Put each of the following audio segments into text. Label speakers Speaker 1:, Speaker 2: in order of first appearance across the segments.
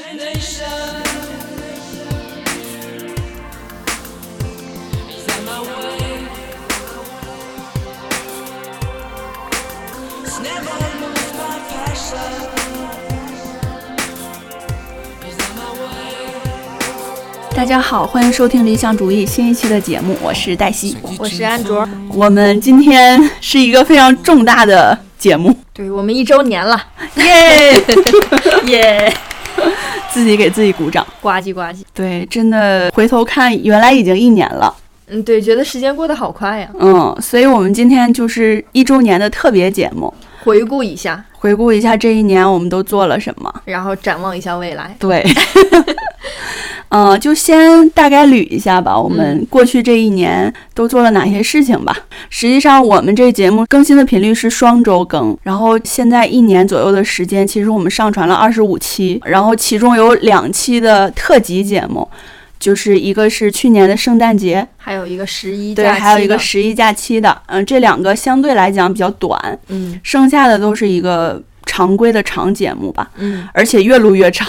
Speaker 1: Imagination is on my way. It's never moved by passion. Is on my way.
Speaker 2: 大家好，欢迎收听《理想主义》新一期的节目，我是黛西。
Speaker 3: 我是安卓，
Speaker 2: 我们今天是一个非常重大的节目，
Speaker 3: 对我们一周年了，
Speaker 2: 耶 耶，自己给自己鼓掌。
Speaker 3: 呱唧呱唧。
Speaker 2: 对，真的回头看，原来已经一年了，
Speaker 3: 嗯，对，觉得时间过得好快呀。
Speaker 2: 嗯，所以我们今天就是一周年的特别节目，
Speaker 3: 回顾一下，
Speaker 2: 回顾一下这一年我们都做了什么。
Speaker 3: 然后展望一下未来。
Speaker 2: 对， 嗯、就先大概捋一下吧，我
Speaker 3: 嗯
Speaker 2: 们过去这一年都做了哪些事情吧。实际上，我们这节目更新的频率是双周更，然后现在一年左右的时间，其实我们上传了二十五期，然后其中有两期的特辑节目。就是一个是去年的圣诞节，
Speaker 3: 还有一个十一
Speaker 2: 对，
Speaker 3: 假期
Speaker 2: 还有一
Speaker 3: 呢
Speaker 2: 个十一假期的，嗯，这两个相对来讲比较短，
Speaker 3: 嗯
Speaker 2: 剩下的都是一个常规的长节目吧，
Speaker 3: 嗯，
Speaker 2: 而且越录越长。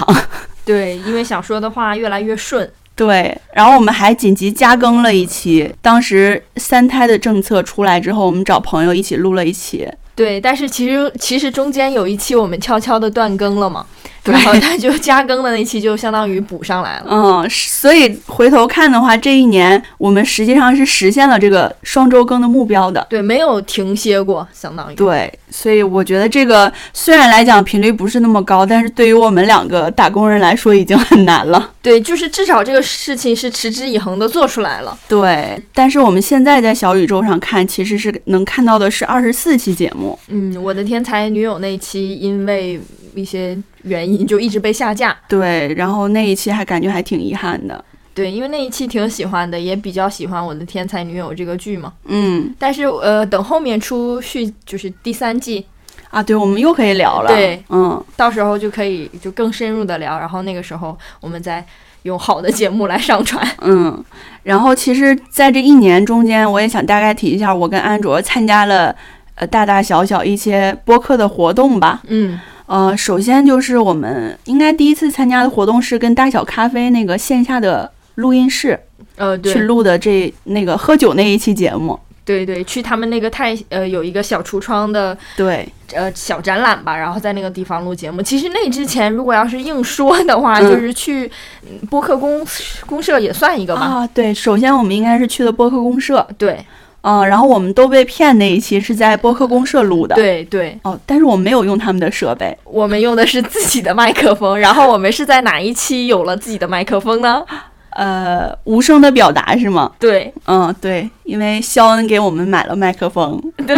Speaker 3: 对，因为想说的话越来越顺。
Speaker 2: 对，然后我们还紧急加更了一期。当时三胎的政策出来之后，我们找朋友一起录了一期。
Speaker 3: 对，但是其实其实中间有一期我们悄悄的断更了嘛，
Speaker 2: 对
Speaker 3: 然后 他就加更的那期就相当于补上来了。
Speaker 2: 嗯，是所以回头看的话，这一年我们实际上是实现了这个双周更的目标的。
Speaker 3: 对，没有停歇过，相当于。
Speaker 2: 对，所以我觉得这个虽然来讲频率不是那么高，但是对于我们两个打工人来说已经很难了。
Speaker 3: 对，就是至少这个事情是持之以恒的做出来了。
Speaker 2: 对，但是我们现在在小宇宙上看，其实是能看到的是二十四期节目。
Speaker 3: 嗯，我的天才女友那一期因为一些原因就一直被下架。
Speaker 2: 对，然后那一期还感觉还挺遗憾的。
Speaker 3: 对，因为那一期挺喜欢的，也比较喜欢我的天才女友这个剧嘛。
Speaker 2: 嗯，
Speaker 3: 但是呃，等后面出续就是第三季，
Speaker 2: 啊，对，我们又可以聊了。
Speaker 3: 对，
Speaker 2: 嗯，
Speaker 3: 到时候就可以就更深入的聊，然后那个时候我们再用好的节目来上传。
Speaker 2: 嗯。然后其实，在这一年中间，我也想大概提一下，我跟安卓参加了呃大大小小一些播客的活动吧。
Speaker 3: 嗯，
Speaker 2: 呃，首先就是我们应该第一次参加的活动是跟大小咖啡那个线下的录音室
Speaker 3: 呃，
Speaker 2: 去
Speaker 3: 对
Speaker 2: 录的这那个喝酒那一期节目。
Speaker 3: 对对，去他们那个太呃有一个小橱窗的
Speaker 2: 对，
Speaker 3: 呃小展览吧，然后在那个地方录节目。其实那之前如果要是硬说的话，
Speaker 2: 嗯
Speaker 3: 就是去嗯播客公公社也算一个吧。
Speaker 2: 啊，对，首先我们应该是去的播客公社，
Speaker 3: 对
Speaker 2: 嗯、然后我们都被骗那一期是在播客公社录的。，
Speaker 3: 对对，
Speaker 2: 哦，但是我们没有用他们的设备。
Speaker 3: 我们用的是自己的麦克风，然后我们是在哪一期有了自己的麦克风呢？
Speaker 2: 呃，无声的表达是吗？
Speaker 3: 对
Speaker 2: 嗯，对，因为肖恩给我们买了麦克风。
Speaker 3: 对，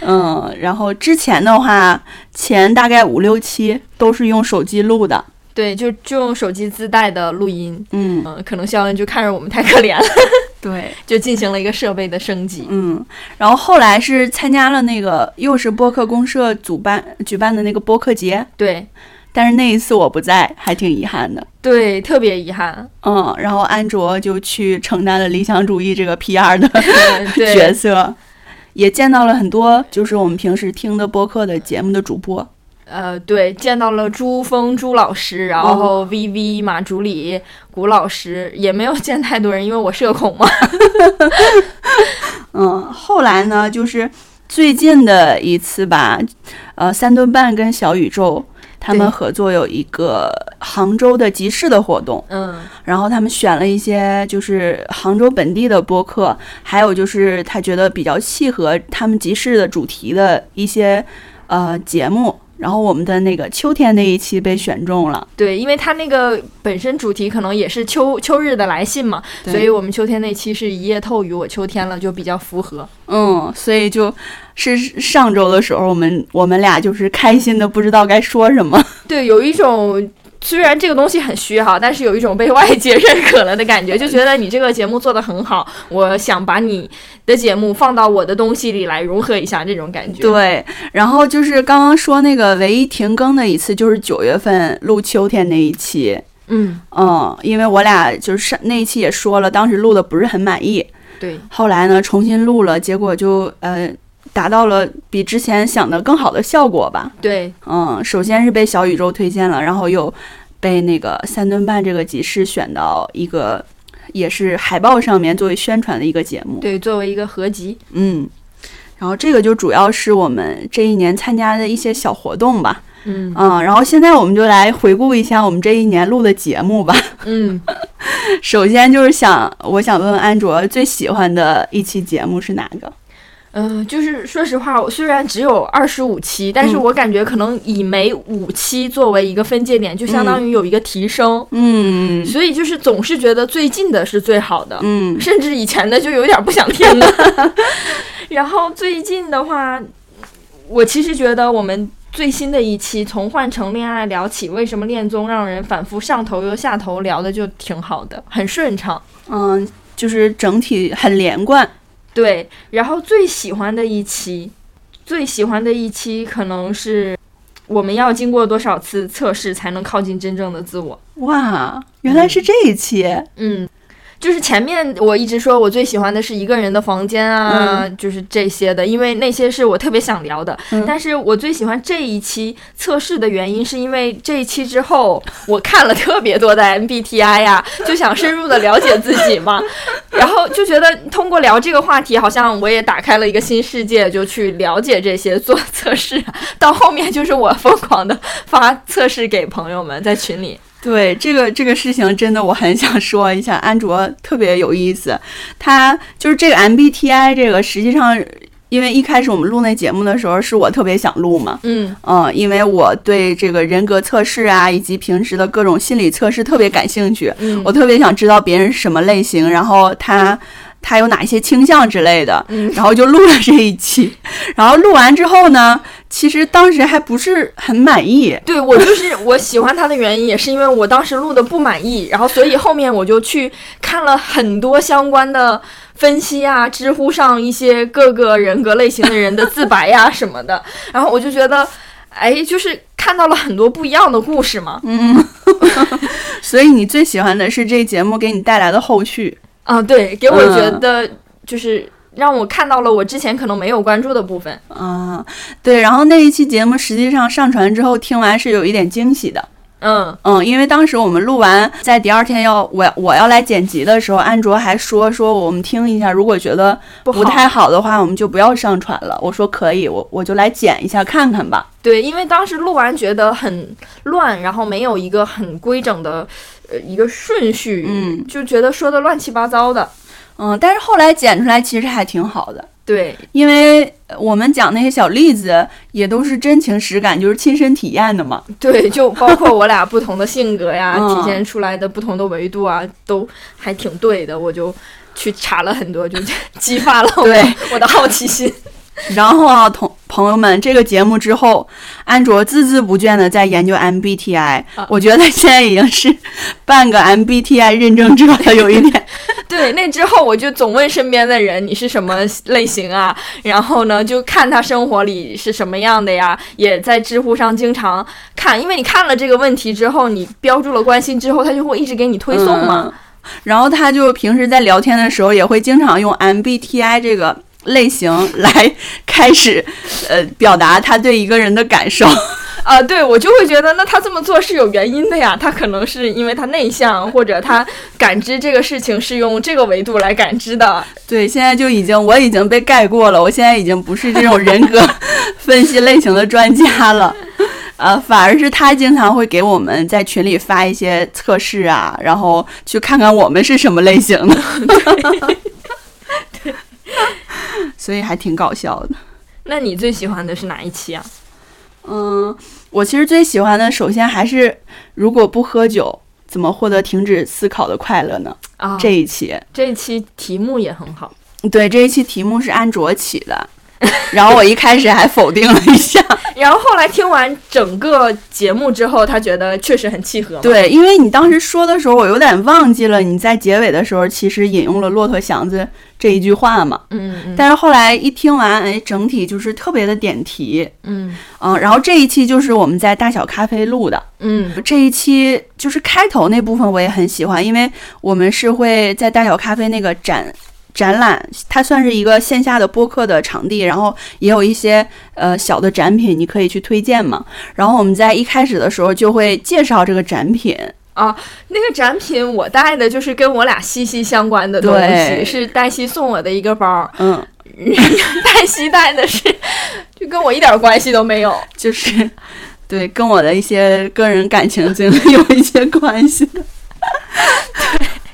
Speaker 2: 嗯，然后之前的话，前大概五六期都是用手机录的。
Speaker 3: 对，就就用手机自带的录音。
Speaker 2: 嗯，
Speaker 3: 嗯，可能肖恩就看着我们太可怜了，
Speaker 2: 对，
Speaker 3: 就进行了一个设备的升级。
Speaker 2: 嗯，然后后来是参加了那个又是播客公社主办举办的那个播客节，
Speaker 3: 对
Speaker 2: 但是那一次我不在，还挺遗憾的。
Speaker 3: 对，特别遗憾。
Speaker 2: 嗯，然后安卓就去承担了理想主义这个 PR 的
Speaker 3: 嗯
Speaker 2: 角
Speaker 3: 对，
Speaker 2: 色， 也见到了很多就是我们平时听的播客的节目的主播。
Speaker 3: 呃，对，见到了朱峰朱老师，然后 VV 马竹里谷老师，也没有见太多人，因为我社恐嘛。
Speaker 2: 嗯，后来呢，就是最近的一次吧，呃，三顿半跟小宇宙他们
Speaker 3: 对
Speaker 2: 合作有一个杭州的集市的活动，
Speaker 3: 嗯，
Speaker 2: 然后他们选了一些就是杭州本地的播客，还有就是他觉得比较契合他们集市的主题的一些呃节目。然后我们的那个秋天那一期被选中了，
Speaker 3: 对，因为他那个本身主题可能也是秋秋日的来信嘛，所以我们秋天那期是一夜透雨，我秋天了就比较符合。
Speaker 2: 嗯，所以就是上周的时候，我们我们俩就是开心的不知道该说什么。
Speaker 3: 对，有一种虽然这个东西很虚哈，但是有一种被外界认可了的感 觉，就觉得你这个节目做得很好，我想把你的节目放到我的东西里来融合一下这种感觉。，
Speaker 2: 对，然后就是刚刚说那个唯一停更的一次，就是九月份录秋天那一期。
Speaker 3: 嗯，
Speaker 2: 嗯，因为我俩就是上那一期也说了，当时录的不是很满意，
Speaker 3: 对
Speaker 2: 后来呢重新录了，结果就呃达到了比之前想的更好的效果吧。
Speaker 3: 对，
Speaker 2: 嗯，首先是被小宇宙推荐了，然后又被那个三顿半这个集市选到一个也是海报上面作为宣传的一个节目。
Speaker 3: 对，作为一个合集，
Speaker 2: 嗯，然后这个就主要是我们这一年参加的一些小活动吧。
Speaker 3: 嗯
Speaker 2: 嗯，然后现在我们就来回顾一下我们这一年录的节目吧。
Speaker 3: 嗯，
Speaker 2: 首先就是想，我想问问安卓最喜欢的一期节目是哪个？
Speaker 3: 嗯、就是说实话，我虽然只有二十五期，但是
Speaker 2: 嗯
Speaker 3: 我感觉可能以每五期作为一个分界点，就相当于有一个提升，
Speaker 2: 嗯
Speaker 3: 所以就是总是觉得最近的是最好的，
Speaker 2: 嗯
Speaker 3: 甚至以前的就有点不想听了。 然后最近的话，我其实觉得我们。最新的一期从换乘恋爱聊起，为什么恋综让人反复上头又下头，聊的就挺好的，很顺畅。
Speaker 2: 嗯，就是整体很连贯。
Speaker 3: 对，然后最喜欢的一期，最喜欢的一期可能是我们要经过多少次测试才能靠近真正的自我？
Speaker 2: 哇，原来是这一期。
Speaker 3: 嗯，就是前面我一直说我最喜欢的是一个人的房间啊，就是这些的，因为那些是我特别想聊的。
Speaker 2: 嗯
Speaker 3: 但是我最喜欢这一期测试的原因，是因为这一期之后我看了特别多的 MBTI 呀、就想深入的了解自己嘛，然后就觉得通过聊这个话题，好像我也打开了一个新世界，就去了解这些做测试啊。到后面就是我疯狂的发测试给朋友们在群里，
Speaker 2: 对这个这个事情，真的我很想说一下，安卓特别有意思。他就是这个 MBTI 这个，实际上因为一开始我们录那节目的时候，是我特别想录嘛，
Speaker 3: 嗯
Speaker 2: 嗯，因为我对这个人格测试啊，以及平时的各种心理测试特别感兴趣，
Speaker 3: 嗯
Speaker 2: 我特别想知道别人是什么类型，然后他他有哪一些倾向之类的，
Speaker 3: 嗯
Speaker 2: 然后就录了这一期。然后录完之后呢，其实当时还不是很满意，
Speaker 3: 对我就是我喜欢他的原因，也是因为我当时录的不满意，然后所以后面我就去看了很多相关的分析啊，知乎上一些各个人格类型的人的自白呀、什么的，然后我就觉得，哎，就是看到了很多不一样的故事嘛。
Speaker 2: 所以你最喜欢的是这节目给你带来的后续。
Speaker 3: 啊，对，给我
Speaker 2: 嗯
Speaker 3: 觉得就是让我看到了我之前可能没有关注的部分。
Speaker 2: 啊，对，然后那一期节目实际上上传之后，听完是有一点惊喜的，
Speaker 3: 嗯
Speaker 2: 嗯，因为当时我们录完，在第二天要我我要来剪辑的时候，安卓还说说我们听一下，如果觉得
Speaker 3: 不好
Speaker 2: 不太好的话，我们就不要上传了。我说可以，我我就来剪一下看看吧。
Speaker 3: 对，因为当时录完觉得很乱，然后没有一个很规整的呃一个顺序，
Speaker 2: 嗯
Speaker 3: 就觉得说的乱七八糟的。
Speaker 2: 嗯，但是后来剪出来其实还挺好的，
Speaker 3: 对
Speaker 2: 因为我们讲那些小例子也都是真情实感，就是亲身体验的嘛。
Speaker 3: 对，就包括我俩不同的性格呀，
Speaker 2: 嗯
Speaker 3: 体现出来的不同的维度啊，都还挺对的。我就去查了很多，就激发了我
Speaker 2: 对
Speaker 3: 我的好奇心。
Speaker 2: 然后啊，同朋友们，这个节目之后，安卓孜孜不倦的在研究 MBTI，、
Speaker 3: 啊
Speaker 2: 我觉得现在已经是半个 MBTI 认证者了，有一点。
Speaker 3: 对，那之后我就总问身边的人你是什么类型啊，然后呢就看他生活里是什么样的呀，也在知乎上经常看，因为你看了这个问题之后，你标注了关心之后，他就会一直给你推送
Speaker 2: 嗯
Speaker 3: 嘛。
Speaker 2: 然后他就平时在聊天的时候也会经常用 MBTI 这个类型来开始，呃，表达他对一个人的感受。
Speaker 3: 啊、对我就会觉得那他这么做是有原因的呀，他可能是因为他内向，或者他感知这个事情是用这个维度来感知的。
Speaker 2: 对，现在就已经我已经被盖过了，我现在已经不是这种人格分析类型的专家了。呃，反而是他经常会给我们在群里发一些测试啊，然后去看看我们是什么类型的，所以还挺搞笑的。
Speaker 3: 那你最喜欢的是哪一期啊？
Speaker 2: 嗯，我其实最喜欢的，首先还是如果不喝酒，怎么获得停止思考的快乐呢？
Speaker 3: 啊，
Speaker 2: 这一期，
Speaker 3: 这一期题目也很好。
Speaker 2: 对这一期题目是安卓起的， 然后我一开始还否定了一下，
Speaker 3: 然后后来听完整个节目之后，他觉得确实很契合嘛。
Speaker 2: 对，因为你当时说的时候，我有点忘记了你在结尾的时候其实引用了“骆驼祥子”这一句话嘛，
Speaker 3: 嗯嗯
Speaker 2: 但是后来一听完，哎，整体就是特别的点题，
Speaker 3: 嗯
Speaker 2: 嗯，然后这一期就是我们在大小咖啡录的，
Speaker 3: 嗯
Speaker 2: 这一期就是开头那部分我也很喜欢，因为我们是会在大小咖啡那个展展览，它算是一个线下的播客的场地，然后也有一些呃小的展品，你可以去推荐嘛。然后我们在一开始的时候就会介绍这个展品，
Speaker 3: 啊，那个展品我带的就是跟我俩息息相关的东西，
Speaker 2: 对
Speaker 3: 是黛西送我的一个包，
Speaker 2: 嗯，
Speaker 3: 黛西带的是就跟我一点关系都没有。
Speaker 2: 就是对跟我的一些个人感情经历 有一些关系。对，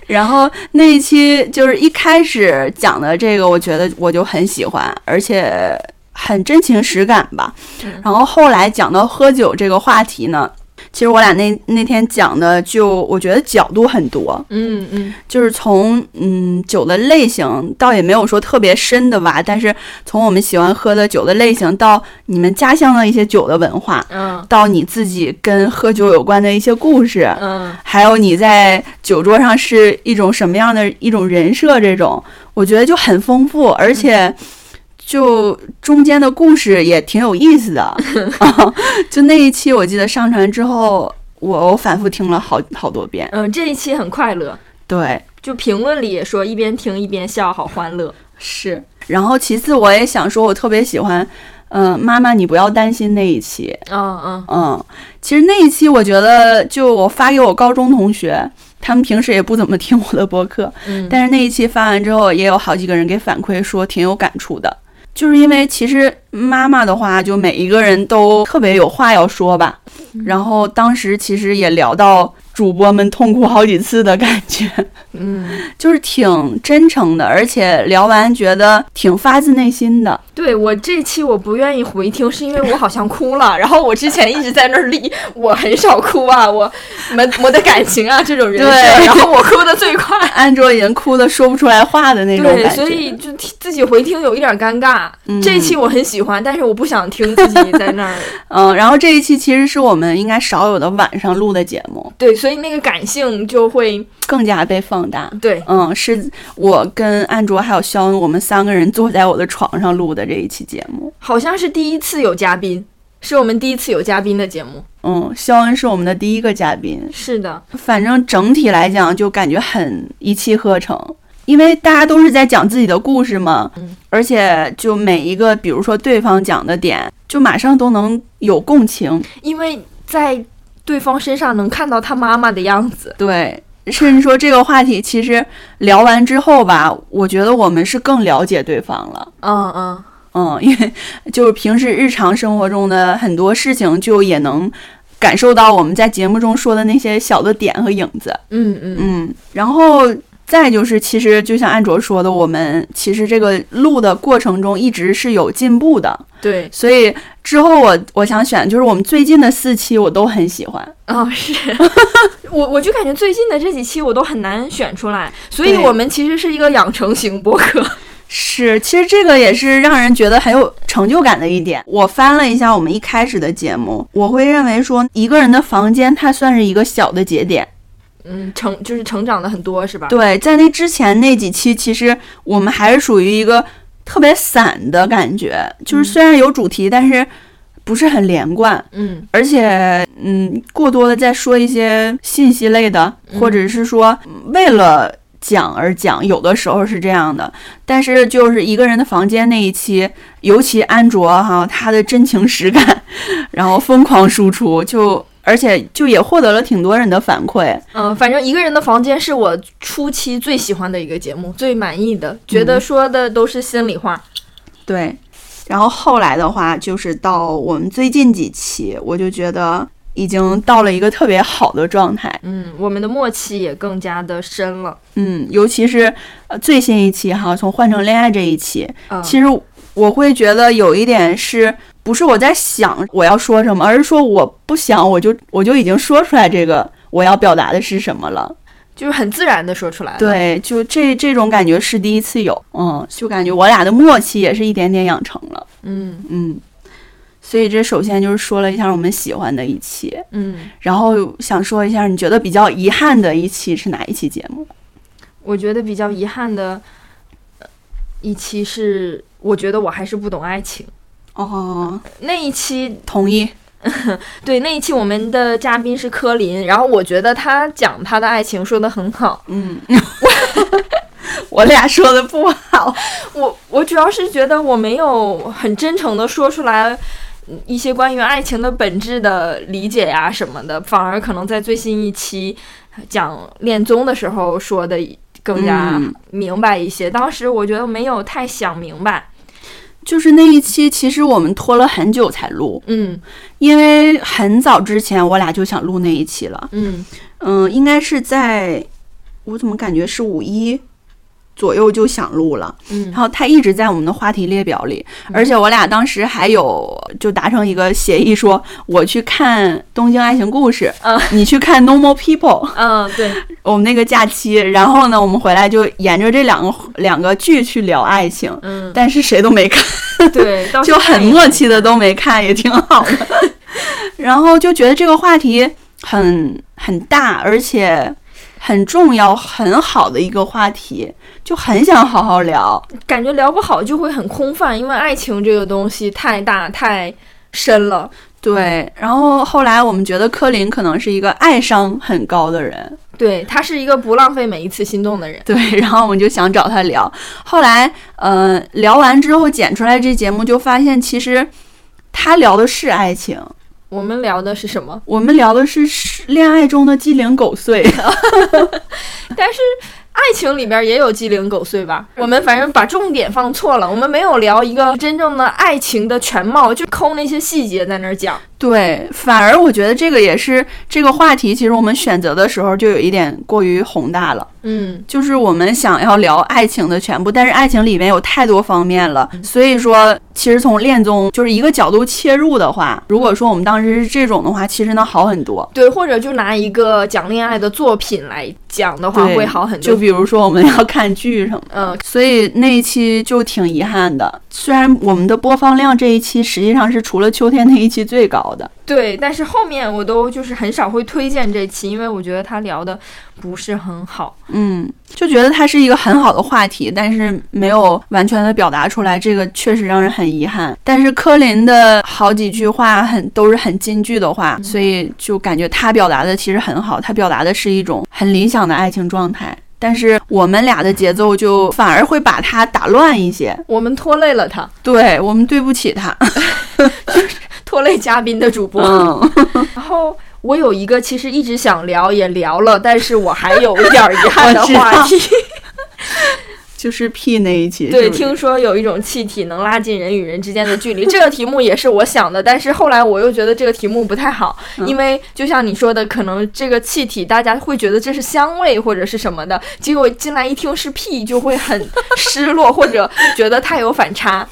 Speaker 2: 然后那一期就是一开始讲的这个，我觉得我就很喜欢，而且很真情实感吧。然后后来讲到喝酒这个话题呢，其实我俩那那天讲的就我觉得角度很多，
Speaker 3: 嗯嗯，
Speaker 2: 就是从嗯酒的类型，倒也没有说特别深的吧，但是从我们喜欢喝的酒的类型，到你们家乡的一些酒的文化，
Speaker 3: 嗯
Speaker 2: 到你自己跟喝酒有关的一些故事，
Speaker 3: 嗯，
Speaker 2: 还有你在酒桌上是一种什么样的一种人设，这种我觉得就很丰富，而且就中间的故事也挺有意思的。啊就那一期我记得上传之后，我反复听了好好多遍。
Speaker 3: 嗯，这一期很快乐，
Speaker 2: 对，
Speaker 3: 就评论里也说一边听一边笑，好欢乐。
Speaker 2: 是。然后其次我也想说，我特别喜欢，嗯、妈妈你不要担心那一期，
Speaker 3: 嗯嗯
Speaker 2: 嗯，其实那一期我觉得，就我发给我高中同学，他们平时也不怎么听我的播客，
Speaker 3: 嗯，
Speaker 2: 但是那一期发完之后，也有好几个人给反馈说挺有感触的。就是因为其实妈妈的话，就每一个人都特别有话要说吧。然后当时其实也聊到主播们痛哭好几次的感觉，
Speaker 3: 嗯，
Speaker 2: 就是挺真诚的，而且聊完觉得挺发自内心的。
Speaker 3: 对我这期我不愿意回听，是因为我好像哭了。然后我之前一直在那儿立，我很少哭啊，我我我的感情啊这种人设，
Speaker 2: 对
Speaker 3: 然后我哭的最快。
Speaker 2: 安卓已经哭得说不出来话的那种
Speaker 3: 对，
Speaker 2: 感觉，
Speaker 3: 所以就听自己回听有一点尴尬。
Speaker 2: 嗯
Speaker 3: 这一期我很喜欢，但是我不想听自己在那儿。
Speaker 2: 嗯，然后这一期其实是我们应该少有的晚上录的节目，
Speaker 3: 对，所以那个感性就会
Speaker 2: 更加被放大。
Speaker 3: 对，
Speaker 2: 嗯，是我跟安卓还有肖恩，我们三个人坐在我的床上录的这一期节目。
Speaker 3: 好像是第一次有嘉宾，是我们第一次有嘉宾的节目。
Speaker 2: 嗯，肖恩是我们的第一个嘉宾，
Speaker 3: 是的，
Speaker 2: 反正整体来讲就感觉很一气呵成，因为大家都是在讲自己的故事嘛，
Speaker 3: 嗯
Speaker 2: 而且就每一个，比如说对方讲的点，就马上都能有共情，
Speaker 3: 因为在对方身上能看到他妈妈的样子。
Speaker 2: 对，甚至说这个话题其实聊完之后吧，我觉得我们是更了解对方了。
Speaker 3: 嗯嗯，
Speaker 2: 嗯， 因为就是平时日常生活中的很多事情，就也能感受到我们在节目中说的那些小的点和影子。
Speaker 3: 嗯嗯，
Speaker 2: 嗯，然后再就是，其实就像安卓说的，我们其实这个录的过程中一直是有进步的，
Speaker 3: 对，
Speaker 2: 所以之后我我想选，就是我们最近的四期我都很喜欢。
Speaker 3: 啊、是我我就感觉最近的这几期我都很难选出来，所以
Speaker 2: 对
Speaker 3: 我们其实是一个养成型播客。
Speaker 2: 是，其实这个也是让人觉得很有成就感的一点。我翻了一下我们一开始的节目，我会认为说，一个人的房间它算是一个小的节点。
Speaker 3: 嗯，成就是成长了很多，是吧？
Speaker 2: 对，在那之前那几期，其实我们还是属于一个特别散的感觉，就是虽然有主题，但是不是很连贯。
Speaker 3: 嗯
Speaker 2: 而且，嗯，过多的在说一些信息类的，
Speaker 3: 嗯
Speaker 2: 或者是说嗯为了讲而讲，有的时候是这样的。但是就是一个人的房间那一期，尤其安卓哈，他的真情实感， 然后疯狂输出，就而且就也获得了挺多人的反馈。
Speaker 3: 嗯、呃反正一个人的房间是我初期最喜欢的一个节目，最满意的，觉得说的都是心里话。
Speaker 2: 对，然后后来的话，就是到我们最近几期，我就觉得已经到了一个特别好的状态。
Speaker 3: 嗯，我们的默契也更加的深了。
Speaker 2: 嗯，尤其是呃最新一期哈，从换成恋爱这一期，
Speaker 3: 嗯、
Speaker 2: 其实我会觉得有一点是不是我在想我要说什么，而是说我不想，我就我就已经说出来这个我要表达的是什么了。
Speaker 3: 就是很自然的说出来了。，
Speaker 2: 对，就这这种感觉是第一次有，嗯，就感觉我俩的默契也是一点点养成了，
Speaker 3: 嗯
Speaker 2: 嗯。所以这首先就是说了一下我们喜欢的一期，
Speaker 3: 嗯，
Speaker 2: 然后想说一下你觉得比较遗憾的一期是哪一期节目？
Speaker 3: 我觉得比较遗憾的呃一期是，我觉得我还是不懂爱情。
Speaker 2: 哦，
Speaker 3: 那一期
Speaker 2: 同意，
Speaker 3: 对那一期我们的嘉宾是柯林，然后我觉得他讲他的爱情说的很好，
Speaker 2: 嗯， 我俩说的不好。
Speaker 3: 我我主要是觉得我没有很真诚的说出来嗯一些关于爱情的本质的理解呀、什么的，反而可能在最新一期讲恋综的时候说的更加
Speaker 2: 嗯
Speaker 3: 明白一些。当时我觉得没有太想明白，
Speaker 2: 就是那一期，其实我们拖了很久才录，
Speaker 3: 嗯
Speaker 2: 因为很早之前我俩就想录那一期了。
Speaker 3: 嗯
Speaker 2: 嗯，应该是在，我怎么感觉是五一左右就想录了。
Speaker 3: 嗯
Speaker 2: 然后它一直在我们的话题列表里，而且我俩当时还有就达成一个协议说，我去看《东京爱情故事》
Speaker 3: 嗯
Speaker 2: 你去看《Normal People》。
Speaker 3: 嗯，对，
Speaker 2: 我们那个假期，然后呢，我们回来就沿着这两个两个剧去聊爱情，
Speaker 3: 嗯
Speaker 2: 但是谁都没看，
Speaker 3: 对，到
Speaker 2: 就
Speaker 3: 现在
Speaker 2: 很
Speaker 3: 也
Speaker 2: 默契的都没看，也挺好的。然后就觉得这个话题很很大，而且很重要、很好的一个话题，就很想好好聊。
Speaker 3: 感觉聊不好就会很空泛，因为爱情这个东西太大太深了。
Speaker 2: 对，然后后来我们觉得柯林可能是一个爱商很高的人，
Speaker 3: 对他是一个不浪费每一次心动的人。
Speaker 2: 对，然后我们就想找他聊。后来，呃，聊完之后剪出来这节目，就发现其实他聊的是爱情，
Speaker 3: 我们聊的是什么？
Speaker 2: 我们聊的是是恋爱中的鸡零狗碎。
Speaker 3: 但是爱情里边也有鸡零狗碎吧？我们反正把重点放错了，我们没有聊一个真正的爱情的全貌，就抠那些细节在那儿讲。
Speaker 2: 对，反而我觉得这个也是这个话题，其实我们选择的时候就有一点过于宏大了。
Speaker 3: 嗯，
Speaker 2: 就是我们想要聊爱情的全部，但是爱情里面有太多方面了，
Speaker 3: 嗯
Speaker 2: 所以说其实从恋综就是一个角度切入的话，如果说我们当时是这种的话，其实能好很多。
Speaker 3: 对，或者就拿一个讲恋爱的作品来讲的话，
Speaker 2: 对
Speaker 3: 会好很
Speaker 2: 就
Speaker 3: 多。
Speaker 2: 比如说我们要看剧什么的，
Speaker 3: 嗯，
Speaker 2: 所以那一期就挺遗憾的。虽然我们的播放量这一期实际上是除了秋天那一期最高的，
Speaker 3: 对，但是后面我都就是很少会推荐这期，因为我觉得他聊的不是很好。
Speaker 2: 嗯，就觉得它是一个很好的话题，但是没有完全的表达出来，这个确实让人很遗憾。但是柯林的好几句话很都是很金句的话，所以就感觉他表达的其实很好，他表达的是一种很理想的爱情状态。但是我们俩的节奏就反而会把它打乱一些，
Speaker 3: 我们拖累了他，
Speaker 2: 对我们对不起他。
Speaker 3: 拖累嘉宾的主播。
Speaker 2: 嗯，
Speaker 3: 然后我有一个其实一直想聊，也聊了，但是我还有一点儿遗憾的
Speaker 2: 我知道
Speaker 3: 话题。
Speaker 2: 就是 P 那一期，
Speaker 3: 对，
Speaker 2: 是不是
Speaker 3: 听说有一种气体能拉近人与人之间的距 离，这个题目也是我想的，但是后来我又觉得这个题目不太好，
Speaker 2: 嗯
Speaker 3: 因为就像你说的，可能这个气体大家会觉得这是香味或者是什么的，结果进来一听是屁，就会很失落，或者觉得太有反差。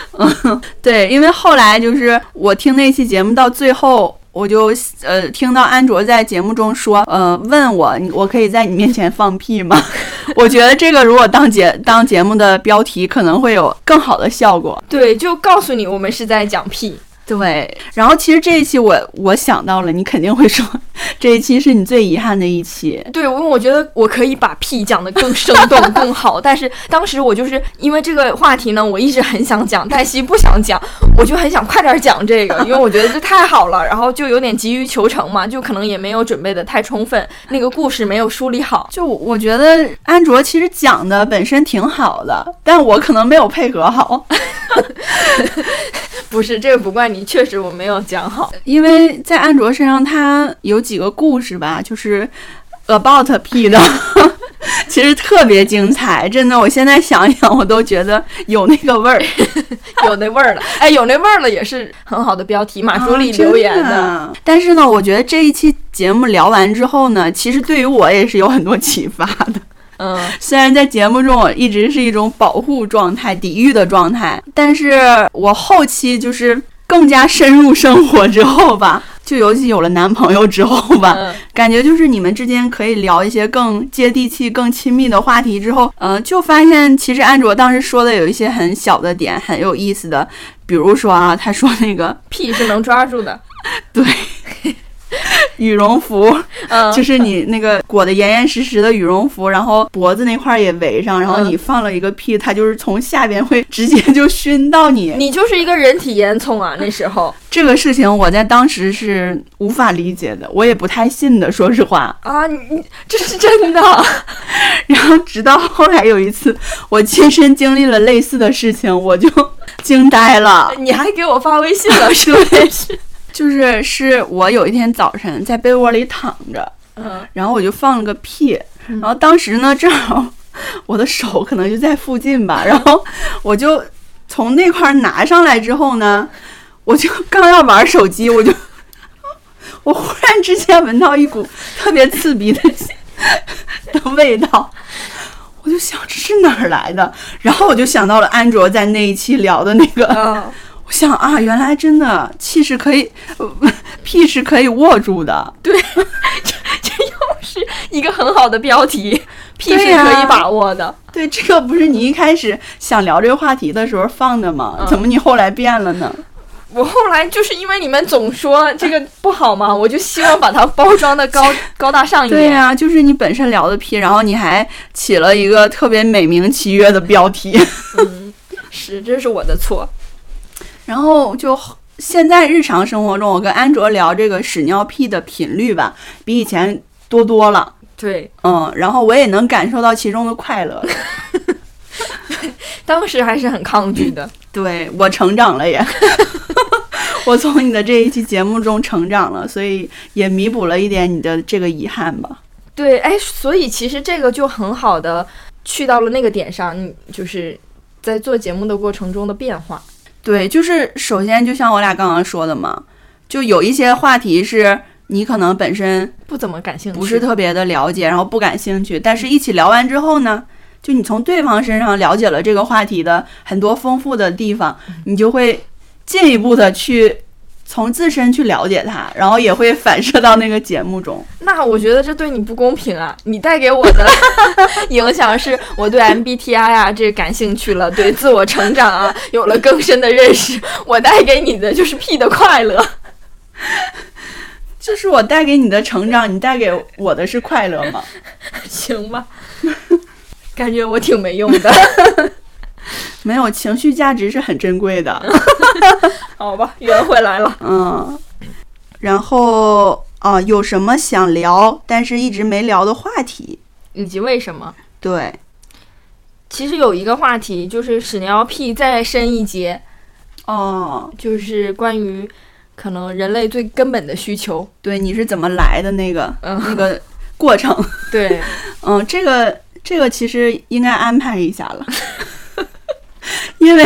Speaker 2: 对，因为后来就是我听那期节目到最后，我就呃听到安卓在节目中说，呃，问我你我可以在你面前放屁吗？ 我觉得这个如果当节当节目的标题，可能会有更好的效果。
Speaker 3: 对，就告诉你我们是在讲屁。
Speaker 2: 对，然后其实这一期我我想到了，你肯定会说这一期是你最遗憾的一期。
Speaker 3: 对，因为我觉得我可以把屁讲得更生动、 更好，但是当时我就是因为这个话题呢，我一直很想讲，黛西不想讲，我就很想快点讲这个，因为我觉得这太好了，然后就有点急于求成嘛，就可能也没有准备的太充分，那个故事没有梳理好。
Speaker 2: 就我觉得安卓其实讲的本身挺好的，但我可能没有配合好。
Speaker 3: 不是这个不怪你，确实我没有讲好。
Speaker 2: 因为在安卓身上，他有几个故事吧，就是 about P 的，其实特别精彩，真的，我现在想一想，我都觉得有那个味儿。
Speaker 3: 有那味儿了，哎，有那味儿了也是很好的标题，马助
Speaker 2: 哦
Speaker 3: 理啊留言的。
Speaker 2: 啊但是呢，我觉得这一期节目聊完之后呢，其实对于我也是有很多启发的。
Speaker 3: 嗯，
Speaker 2: 虽然在节目中我一直是一种保护状态、抵御的状态，但是我后期就是更加深入生活之后吧，就尤其有了男朋友之后吧，
Speaker 3: 嗯
Speaker 2: 感觉就是你们之间可以聊一些更接地气、更亲密的话题之后，呃，就发现其实安卓当时说的有一些很小的点，很有意思的，比如说啊，他说那个
Speaker 3: 屁是能抓住的。
Speaker 2: 对，羽绒服，
Speaker 3: 嗯，
Speaker 2: 就是你那个裹得严严实实的羽绒服，然后脖子那块儿也围上，然后
Speaker 3: 嗯
Speaker 2: 你放了一个屁，它就是从下边会直接就熏到你。
Speaker 3: 你就是一个人体烟囱啊，那时候
Speaker 2: 这个事情我在当时是无法理解的，我也不太信的，说实话。
Speaker 3: 啊，你你这是真的，
Speaker 2: 然后直到后来有一次，我亲身经历了类似的事情，我就 惊呆了。
Speaker 3: 你还给我发微信了，是不是？
Speaker 2: 就是是我有一天早晨在被窝里躺着，
Speaker 3: 嗯，
Speaker 2: 然后我就放了个屁，然后当时呢正好我的手可能就在附近吧，然后我就从那块儿拿上来之后呢，我就刚要玩手机，我就我忽然之间闻到一股特别刺鼻的 的味道。我就想这是哪儿来的，然后我就想到了安卓在那一期聊的那个，
Speaker 3: 嗯，
Speaker 2: 我想啊，原来真的气是可以，呃屁是可以握住的。
Speaker 3: 是 一个很好的标题，屁是
Speaker 2: 对呀
Speaker 3: 可以把握的。
Speaker 2: 对，这个不是你一开始想聊这个话题的时候放的吗？怎么你后来变了呢？
Speaker 3: 我后来就是因为你们总说这个不好嘛，我就希望把它包装的 高高大上一
Speaker 2: 对
Speaker 3: 点。
Speaker 2: 呀、就是你本身聊的屁，然后你还起了一个特别美名其曰的标题，
Speaker 3: 是，这是我的错。
Speaker 2: 然后就。现在日常生活中，我跟安卓聊这个屎尿屁的频率吧，比以前多多了。
Speaker 3: 对，
Speaker 2: 嗯，然后我也能感受到其中的快乐。
Speaker 3: 当时还是很抗拒的。
Speaker 2: 对我成长了也， 我从你的这一期节目中成长了，所以也弥补了一点你的这个遗憾吧。
Speaker 3: 对，哎，所以其实这个就很好的去到了那个点上，你就是在做节目的过程中的变化。
Speaker 2: 对，就是首先就像我俩刚刚说的嘛，就有一些话题是你可能本身
Speaker 3: 不怎么感兴趣，
Speaker 2: 不是特别的了解，然后不感兴趣，但是一起聊完之后呢，就你从对方身上了解了这个话题的很多丰富的地方，你就会进一步的去从自身去了解它，然后也会反射到那个节目中。
Speaker 3: 那我觉得这对你不公平啊！你带给我 的影响是我对 MBTI 啊这感兴趣了，对自我成长啊有了更深的认识。我带给你的就是屁的快乐。
Speaker 2: 这是我带给你的成长，你带给我的是快乐吗？
Speaker 3: 行吧，感觉我挺没用 的，
Speaker 2: 没有，情绪价值是很珍贵的。
Speaker 3: 好吧，圆回来了。
Speaker 2: 嗯，然后啊、有什么想聊但是一直没聊的话题？
Speaker 3: 以及为什么？
Speaker 2: 对，
Speaker 3: 其实有一个话题就是屎尿屁再深一节，
Speaker 2: 哦，
Speaker 3: 就是关于可能人类最根本的需求。
Speaker 2: 对，你是怎么来的那个那
Speaker 3: 嗯，
Speaker 2: 个过程？
Speaker 3: 对，
Speaker 2: 嗯，这个这个其实应该安排一下了，因为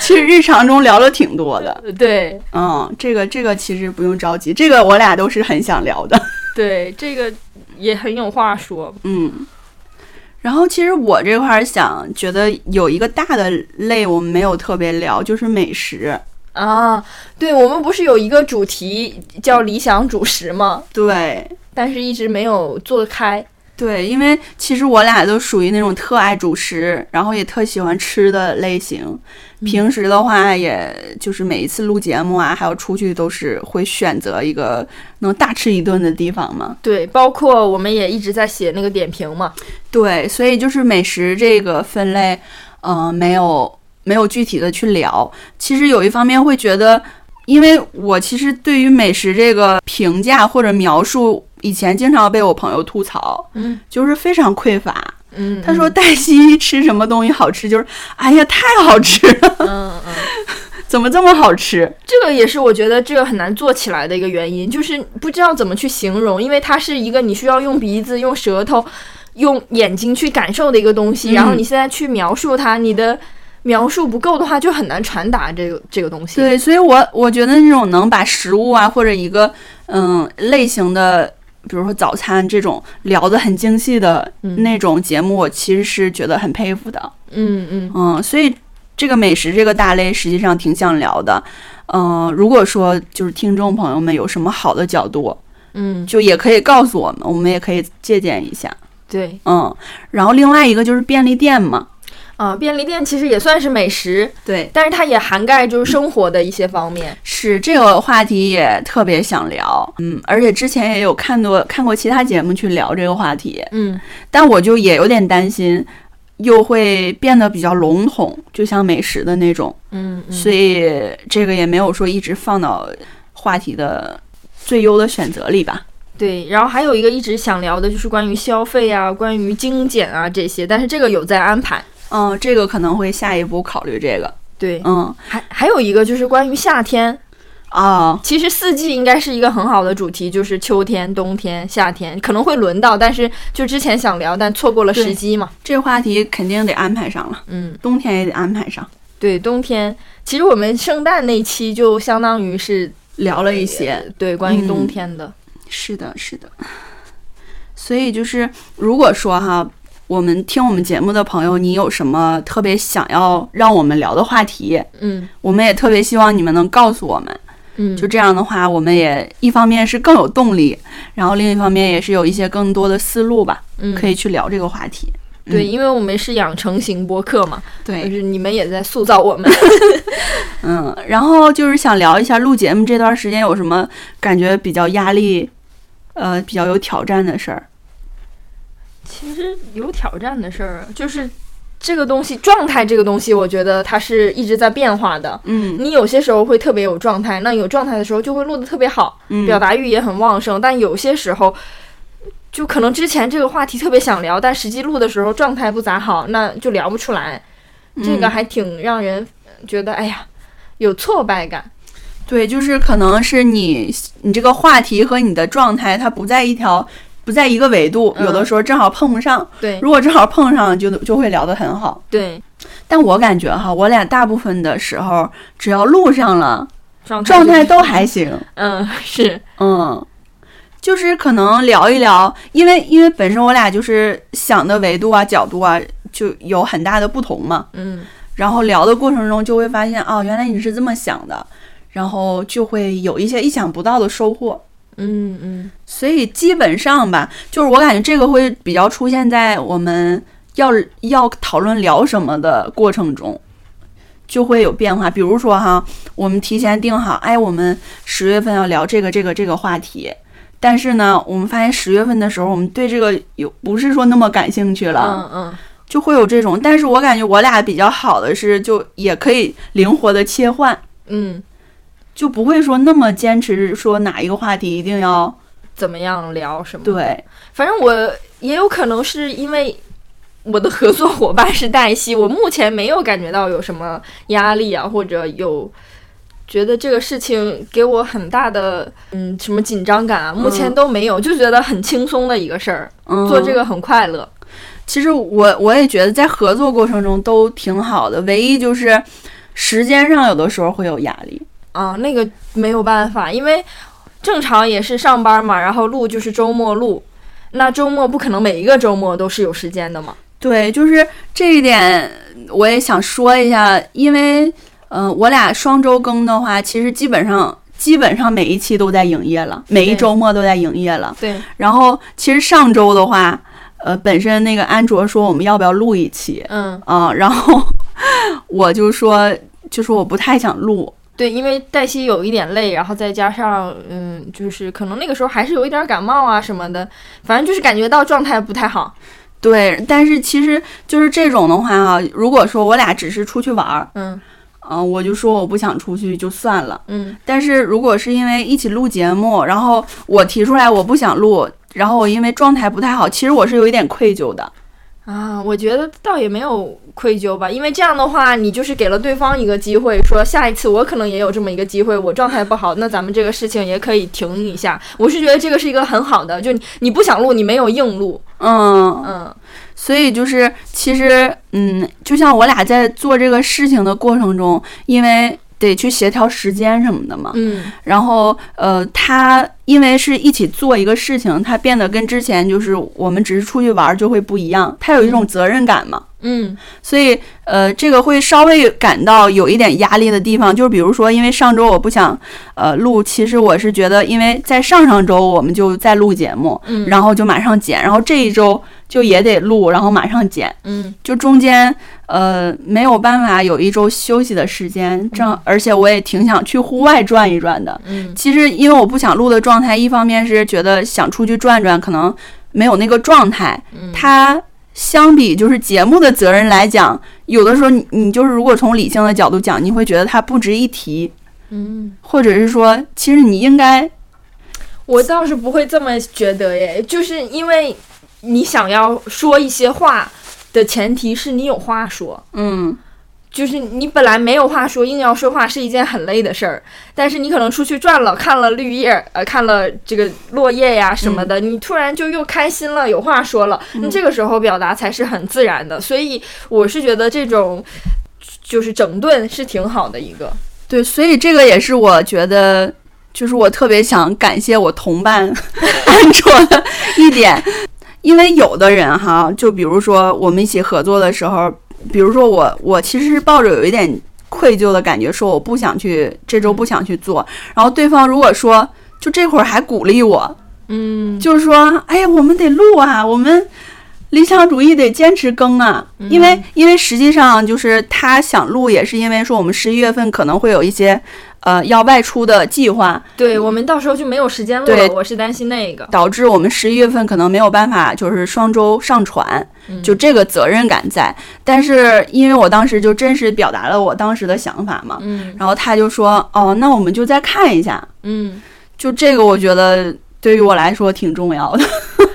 Speaker 2: 其实日常中聊了挺多的。
Speaker 3: 对。
Speaker 2: 嗯，这个这个其实不用着急，这个我俩都是很想聊的。
Speaker 3: 对，这个也很有话说。
Speaker 2: 嗯，然后其实我这块儿想觉得有一个大的类我们没有特别聊，就是美食。
Speaker 3: 啊，对，我们不是有一个主题叫理想主食吗？
Speaker 2: 对
Speaker 3: 但是一直没有做开。
Speaker 2: 对，因为其实我俩都属于那种特爱主食，然后也特喜欢吃的类型。平时的话，也就是每一次录节目啊，还有出去都是会选择一个能大吃一顿的地方嘛。
Speaker 3: 对，包括我们也一直在写那个点评嘛。
Speaker 2: 对，所以就是美食这个分类，嗯、没有没有具体的去聊。其实有一方面会觉得，因为我其实对于美食这个评价或者描述，以前经常被我朋友吐槽，
Speaker 3: 嗯
Speaker 2: 就是非常匮乏。
Speaker 3: 嗯，
Speaker 2: 他说黛西吃什么东西好吃，就是哎呀太好吃了，
Speaker 3: 嗯嗯，
Speaker 2: 怎么这么好吃？
Speaker 3: 这个也是我觉得这个很难做起来的一个原因，就是不知道怎么去形容，因为它是一个你需要用鼻子、用舌头、用眼睛去感受的一个东西，然后
Speaker 2: 嗯
Speaker 3: 你现在去描述它，你的描述不够的话，就很难传达这个这个东西。
Speaker 2: 对，所以我我觉得那种能把食物啊或者一个嗯类型的，比如说早餐这种聊得很精细的
Speaker 3: 嗯
Speaker 2: 那种节目，我其实是觉得很佩服的。
Speaker 3: 嗯嗯。
Speaker 2: 嗯，所以这个美食这个大类实际上挺想聊的。嗯、如果说就是听众朋友们有什么好的角度，
Speaker 3: 嗯
Speaker 2: 就也可以告诉我们，我们也可以借鉴一下。
Speaker 3: 对
Speaker 2: 嗯，然后另外一个就是便利店嘛，
Speaker 3: 啊、便利店其实也算是美食，
Speaker 2: 对，
Speaker 3: 但是它也涵盖就是生活的一些方面。
Speaker 2: 是这个话题也特别想聊，嗯，而且之前也有看过看过其他节目去聊这个话题，
Speaker 3: 嗯，
Speaker 2: 但我就也有点担心，又会变得比较笼统，就像美食的那种，
Speaker 3: 嗯，
Speaker 2: 所以这个也没有说一直放到话题的最优的选择里吧。
Speaker 3: 对，然后还有一个一直想聊的就是关于消费啊、关于精简啊这些，但是这个有在安排。
Speaker 2: 嗯，这个可能会下一步考虑这个。
Speaker 3: 对，
Speaker 2: 嗯
Speaker 3: 还还有一个就是关于夏天，
Speaker 2: 啊，
Speaker 3: 其实四季应该是一个很好的主题，就是秋天、冬天、夏天可能会轮到，但是就之前想聊，但错过了时机嘛。
Speaker 2: 这个话题肯定得安排上了，
Speaker 3: 嗯，
Speaker 2: 冬天也得安排上。
Speaker 3: 对，冬天其实我们圣诞那期就相当于是
Speaker 2: 聊了一些，
Speaker 3: 对关于冬
Speaker 2: 嗯
Speaker 3: 天的，
Speaker 2: 是的，是的。所以就是，如果说哈，我们听我们节目的朋友，你有什么特别想要让我们聊的话题，
Speaker 3: 嗯
Speaker 2: 我们也特别希望你们能告诉我们。
Speaker 3: 嗯，
Speaker 2: 就这样的话，我们也一方面是更有动力，然后另一方面也是有一些更多的思路吧，
Speaker 3: 嗯
Speaker 2: 可以去聊这个话题。
Speaker 3: 对，因为我们是养成型播客嘛，就
Speaker 2: 对，
Speaker 3: 是你们也在塑造 我们。
Speaker 2: 嗯，然后就是想聊一下录节目这段时间有什么感觉比较压力，呃，比较有挑战的事儿。
Speaker 3: 其实有挑战的事儿，就是这个东西状态，这个东西，我觉得它是一直在变化的。
Speaker 2: 嗯
Speaker 3: 你有些时候会特别有状态，那有状态的时候就会录得特别好，
Speaker 2: 嗯，
Speaker 3: 表达欲也很旺盛。但有些时候，就可能之前这个话题特别想聊，但实际录的时候状态不咋好，那就聊不出来。这个
Speaker 2: 嗯
Speaker 3: 还挺让人觉得，哎呀，有挫败感。
Speaker 2: 对，就是可能是你你这个话题和你的状态它不在一条。不在一个维度，有的
Speaker 3: 嗯
Speaker 2: 时候正好碰不上。
Speaker 3: 对
Speaker 2: 如果正好碰上就，就会聊得很好。
Speaker 3: 对，
Speaker 2: 但我感觉哈，我俩大部分的时候，只要录上了，
Speaker 3: 状态
Speaker 2: 状
Speaker 3: 就
Speaker 2: 态
Speaker 3: 是
Speaker 2: 都还行，
Speaker 3: 嗯是
Speaker 2: 嗯，就是可能聊一聊，因为因为本身我俩就是想的维度啊、角度啊就有很大的不同嘛，
Speaker 3: 嗯。
Speaker 2: 然后聊的过程中就会发现，哦，原来你是这么想的，然后就会有一些意想不到的收获。
Speaker 3: 嗯嗯，
Speaker 2: 所以基本上吧，就是我感觉这个会比较出现在我们要要讨论聊什么的过程中，就会有变化。比如说哈，我们提前定好，哎，我们十月份要聊这个这个这个话题。但是呢，我们发现十月份的时候，我们对这个有不是说那么感兴趣了，
Speaker 3: 嗯嗯，
Speaker 2: 就会有这种。但是我感觉我俩比较好的是，就也可以灵活的切换，
Speaker 3: 嗯，
Speaker 2: 就不会说那么坚持说哪一个话题一定要
Speaker 3: 怎么样聊什么？，
Speaker 2: 对，
Speaker 3: 反正我也有可能是因为我的合作伙伴是黛西，我目前没有感觉到有什么压力啊，或者有觉得这个事情给我很大的嗯什么紧张感啊，目前都没有，就觉得很轻松的一个事儿，
Speaker 2: 嗯、
Speaker 3: 做这个很快乐。
Speaker 2: 其实我我也觉得在合作过程中都挺好的，唯一就是时间上有的时候会有压力。
Speaker 3: 啊，那个没有办法，因为正常也是上班嘛，然后录就是周末录，那周末不可能每一个周末都是有时间的嘛。
Speaker 2: 对，就是这一点我也想说一下，因为嗯、呃我俩双周更的话，其实基本上基本上每一期都在营业了，每一
Speaker 3: 对
Speaker 2: 周末都在营业了。
Speaker 3: 对，
Speaker 2: 然后其实上周的话，呃，本身那个安卓说我们要不要录一期
Speaker 3: 嗯，
Speaker 2: 啊、然后 我就说就说我不太想录，
Speaker 3: 对，因为黛西有一点累，然后再加上嗯，就是可能那个时候还是有一点感冒啊什么的，反正就是感觉到状态不太好。
Speaker 2: 对，但是其实就是这种的话啊，如果说我俩只是出去玩儿，
Speaker 3: 嗯
Speaker 2: 嗯、我就说我不想出去就算了。
Speaker 3: 嗯
Speaker 2: 但是如果是因为一起录节目，然后我提出来我不想录，然后我因为状态不太好，其实我是有一点愧疚的。
Speaker 3: 啊，我觉得倒也没有愧疚吧，因为这样的话，你就是给了对方一个机会，说下一次我可能也有这么一个机会，我状态不好，那咱们这个事情也可以停一下。我是觉得这个是一个很好的，就你你不想录，你没有硬录，
Speaker 2: 嗯，
Speaker 3: 嗯
Speaker 2: 所以就是其实嗯，就像我俩在做这个事情的过程中，因为得去协调时间什么的嘛，
Speaker 3: 嗯
Speaker 2: 然后呃，他因为是一起做一个事情，他变得跟之前就是我们只是出去玩儿就会不一样，他有一种责任感嘛，
Speaker 3: 嗯
Speaker 2: 所以呃，这个会稍微感到有一点压力的地方，就是比如说，因为上周我不想呃录，其实我是觉得，因为在上上周我们就在录节目，
Speaker 3: 嗯，
Speaker 2: 然后就马上剪，然后这一周就也得录，然后马上剪，
Speaker 3: 嗯，
Speaker 2: 就中间呃没有办法有一周休息的时间，这样而且我也挺想去户外转一转的。
Speaker 3: 嗯，
Speaker 2: 其实因为我不想录的状态，一方面是觉得想出去转转，可能没有那个状态。
Speaker 3: 嗯
Speaker 2: 它相比就是节目的责任来讲，有的时候你你就是如果从理性的角度讲，你会觉得它不值一提，
Speaker 3: 嗯，
Speaker 2: 或者是说其实你应该
Speaker 3: 我倒是不会这么觉得耶，就是因为你想要说一些话的前提是你有话说，
Speaker 2: 嗯
Speaker 3: 就是你本来没有话说，硬要说话是一件很累的事儿。但是你可能出去转了，看了绿叶，呃，看了这个落叶呀什么的，你突然就又开心了，有话说了，那这个时候表达才是很自然的。所以我是觉得这种就是整顿是挺好的一个，
Speaker 2: 对，所以这个也是我觉得。就是我特别想感谢我同伴安卓的一点，因为有的人哈，就比如说我们一起合作的时候，比如说我，我其实是抱着有一点愧疚的感觉，说我不想去这周不想去做，然后对方如果说就这会儿还鼓励我，
Speaker 3: 嗯
Speaker 2: 就是说，哎呀，我们得录啊，我们理想主义得坚持更啊，
Speaker 3: 嗯
Speaker 2: 因为因为实际上就是他想录，也是因为说我们十一月份可能会有一些呃要外出的计划，
Speaker 3: 对我们到时候就没有时间录
Speaker 2: 对
Speaker 3: 了，我是担心那个，
Speaker 2: 导致我们十一月份可能没有办法就是双周上传，
Speaker 3: 嗯
Speaker 2: 就这个责任感在。但是因为我当时就真实表达了我当时的想法嘛，
Speaker 3: 嗯
Speaker 2: 然后他就说，哦，那我们就再看一下，
Speaker 3: 嗯
Speaker 2: 就这个我觉得对于我来说挺重要的，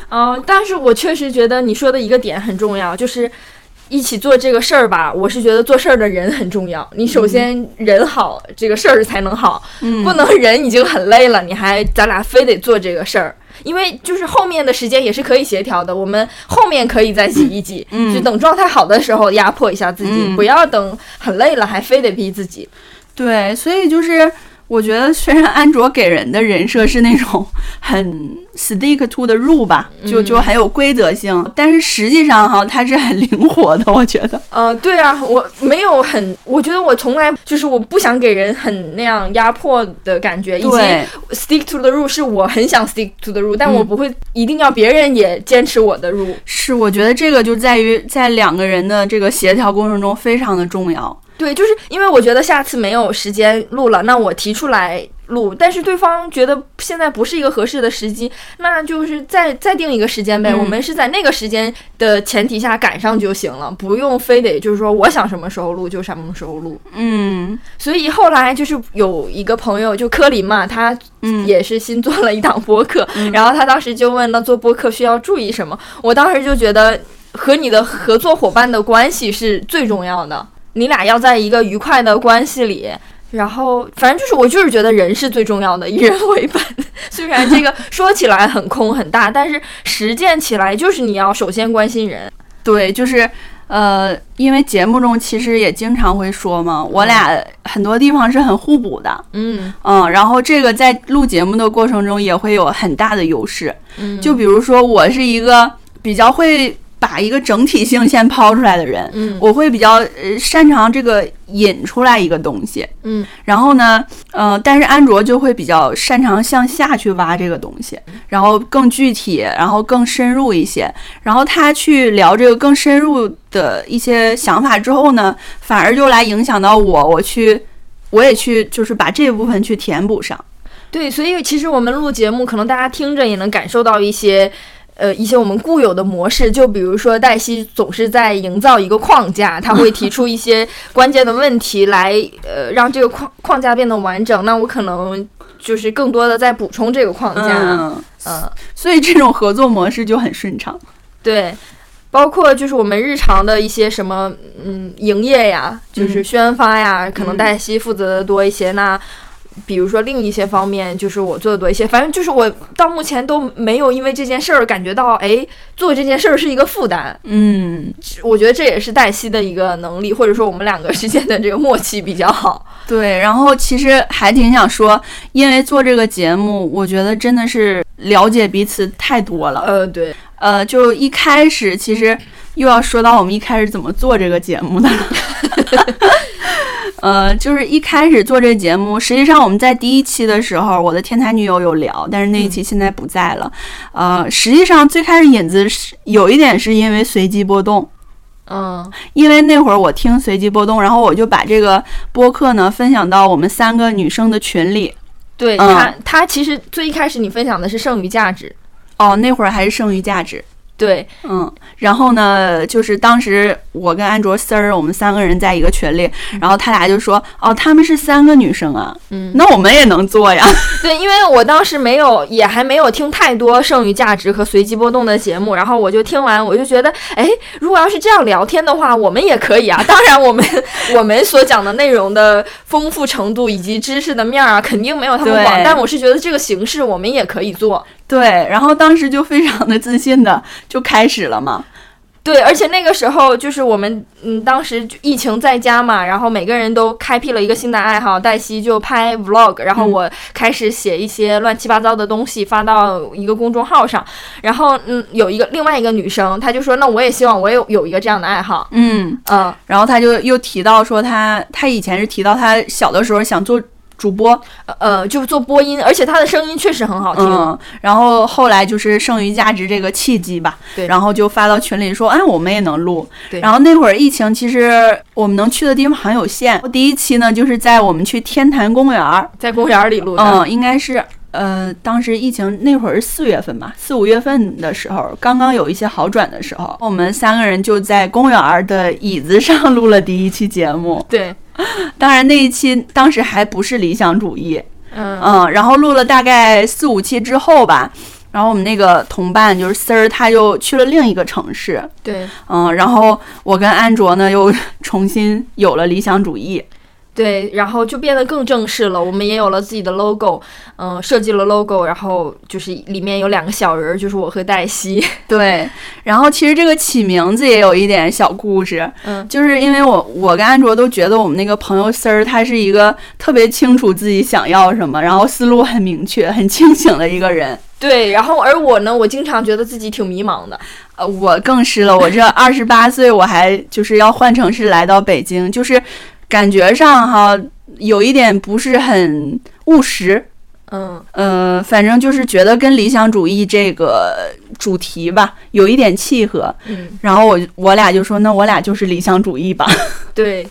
Speaker 3: 哦、但是我确实觉得你说的一个点很重要，就是。一起做这个事儿吧，我是觉得做事儿的人很重要。你首先人好，这个事儿才能好，
Speaker 2: 嗯
Speaker 3: 不能人已经很累了，你还咱俩非得做这个事儿。因为就是后面的时间也是可以协调的，我们后面可以再挤一挤，
Speaker 2: 嗯
Speaker 3: 就等状态好的时候压迫一下自己，
Speaker 2: 嗯
Speaker 3: 不要等很累了还非得逼自己。
Speaker 2: 对，所以就是我觉得，虽然安卓给人的人设是那种很 stick to 的 rule 吧，就就很有规则性，但是实际上哈，它是很灵活的，我觉得。
Speaker 3: 呃，对啊，我没有很，我觉得我从来就是我不想给人很那样压迫的感觉，以及
Speaker 2: 对
Speaker 3: stick to the rule 是我很想 stick to the rule，但我不会一定要别人也坚持我的 rule。
Speaker 2: 是，我觉得这个就在于在两个人的这个协调过程中非常的重要。
Speaker 3: 对，就是因为我觉得下次没有时间录了，那我提出来录，但是对方觉得现在不是一个合适的时机，那就是再再定一个时间呗。
Speaker 2: 嗯
Speaker 3: 我们是在那个时间的前提下赶上就行了，不用非得就是说我想什么时候录就什么时候录。
Speaker 2: 嗯
Speaker 3: 所以后来就是有一个朋友，就柯林嘛，他
Speaker 2: 嗯
Speaker 3: 也是新做了一档播客，然后他当时就问，那做播客需要注意什么？我当时就觉得和你的合作伙伴的关系是最重要的，你俩要在一个愉快的关系里。然后，反正就是我就是觉得人是最重要的，以人为本。 虽然这个说起来很空很大，但是实践起来就是你要首先关心人。
Speaker 2: 对，就是呃，因为节目中其实也经常会说嘛，我俩很多地方是很互补的，
Speaker 3: 嗯
Speaker 2: 嗯，然后这个在录节目的过程中也会有很大的优势。
Speaker 3: 嗯
Speaker 2: 就比如说，我是一个比较会把一个整体性先抛出来的人，
Speaker 3: 嗯
Speaker 2: 我会比较呃擅长这个引出来一个东西。
Speaker 3: 嗯
Speaker 2: 然后呢，呃，但是安卓就会比较擅长向下去挖这个东西，
Speaker 3: 嗯
Speaker 2: 然后更具体，然后更深入一些。然后他去聊这个更深入的一些想法之后呢，反而就来影响到我，我去，我也去，就是把这部分去填补上。
Speaker 3: 对，所以其实我们录节目，可能大家听着也能感受到一些。呃，一些我们固有的模式，就比如说黛西总是在营造一个框架，他会提出一些关键的问题来，呃，让这个框框架变得完整。那我可能就是更多的在补充这个框架，嗯、
Speaker 2: 嗯，所以这种合作模式就很顺畅。
Speaker 3: 对，包括就是我们日常的一些什么，嗯，营业呀，就是宣发呀，可能黛西负责的多一些。那比如说另一些方面，就是我做的多一些。反正就是我到目前都没有因为这件事儿感觉到，哎，做这件事儿是一个负担。
Speaker 2: 嗯，
Speaker 3: 我觉得这也是黛西的一个能力，或者说我们两个之间的这个默契比较好。
Speaker 2: 对。然后其实还挺想说，因为做这个节目，我觉得真的是了解彼此太多了。
Speaker 3: 呃，对，
Speaker 2: 呃，就一开始其实又要说到我们一开始怎么做这个节目的。 呃，就是一开始做这节目，实际上我们在第一期的时候，我的天才女友有聊，但是那一期现在不在了。呃，实际上最开始引子是有一点是因为随机波动，
Speaker 3: 嗯
Speaker 2: 因为那会儿我听随机波动，然后我就把这个播客呢分享到我们三个女生的群里。
Speaker 3: 对
Speaker 2: 嗯
Speaker 3: 他，他其实最一开始你分享的是剩余价值，
Speaker 2: 哦，那会儿还是剩余价值，
Speaker 3: 对，
Speaker 2: 嗯，然后呢，就是当时我跟安卓丝儿，我们三个人在一个群里，然后他俩就说：“哦，他们是三个女生啊，
Speaker 3: 嗯，
Speaker 2: 那我们也能做呀。
Speaker 3: 对，因为我当时没有，也还没有听太多剩余价值和随机波动的节目，然后我就听完，我就觉得，哎，如果要是这样聊天的话，我们也可以啊。当然，我们我们所讲的内容的丰富程度以及知识的面儿啊，肯定没有他们
Speaker 2: 对
Speaker 3: 广，但我是觉得这个形式我们也可以做。”
Speaker 2: 对，然后当时就非常的自信的就开始了嘛。
Speaker 3: 对，而且那个时候就是我们，嗯，当时就疫情在家嘛，然后每个人都开辟了一个新的爱好。黛西就拍 vlog，然后
Speaker 2: 嗯
Speaker 3: 我开始写一些乱七八糟的东西发到一个公众号上。然后，嗯，有一个另外一个女生，她就说：“那我也希望我也有有一个这样的爱好。
Speaker 2: 嗯，”
Speaker 3: 嗯，
Speaker 2: 然后他就又提到说他他以前是提到他小的时候想做主播，
Speaker 3: 呃，就是做播音，而且她的声音确实很好听。
Speaker 2: 嗯，然后后来就是剩余价值这个契机吧，
Speaker 3: 对
Speaker 2: 然后就发到群里说，哎，我们也能录，
Speaker 3: 对
Speaker 2: 然后那会儿疫情，其实我们能去的地方很有限。第一期呢，就是在我们去天坛公园儿，
Speaker 3: 在公园里录的。
Speaker 2: 嗯，应该是。呃，当时疫情那会儿是四月份吧，四五月份的时候，刚刚有一些好转的时候，我们三个人就在公园儿的椅子上录了第一期节目。
Speaker 3: 对，
Speaker 2: 当然那一期当时还不是理想主义，
Speaker 3: 嗯，
Speaker 2: 嗯，然后录了大概四五期之后吧，然后我们那个同伴就是丝儿，他又去了另一个城市，
Speaker 3: 对，
Speaker 2: 嗯，然后我跟安卓呢又重新有了理想主义，
Speaker 3: 对，然后就变得更正式了。我们也有了自己的 logo，嗯、设计了 logo，然后就是里面有两个小人儿，就是我和黛西。
Speaker 2: 对，然后其实这个起名字也有一点小故事，
Speaker 3: 嗯，
Speaker 2: 就是因为我我跟安卓都觉得我们那个朋友丝儿他是一个特别清楚自己想要什么，然后思路很明确、很清醒的一个人，
Speaker 3: 对。然后而我呢，我经常觉得自己挺迷茫的。
Speaker 2: 呃，我更是了，我这二十八岁，我还就是要换城市来到北京，就是感觉上哈有一点不是很务实。
Speaker 3: 嗯，
Speaker 2: 呃，反正就是觉得跟理想主义这个主题吧有一点契合，
Speaker 3: 嗯，
Speaker 2: 然后我我俩就说，那我俩就是理想主义吧，
Speaker 3: 对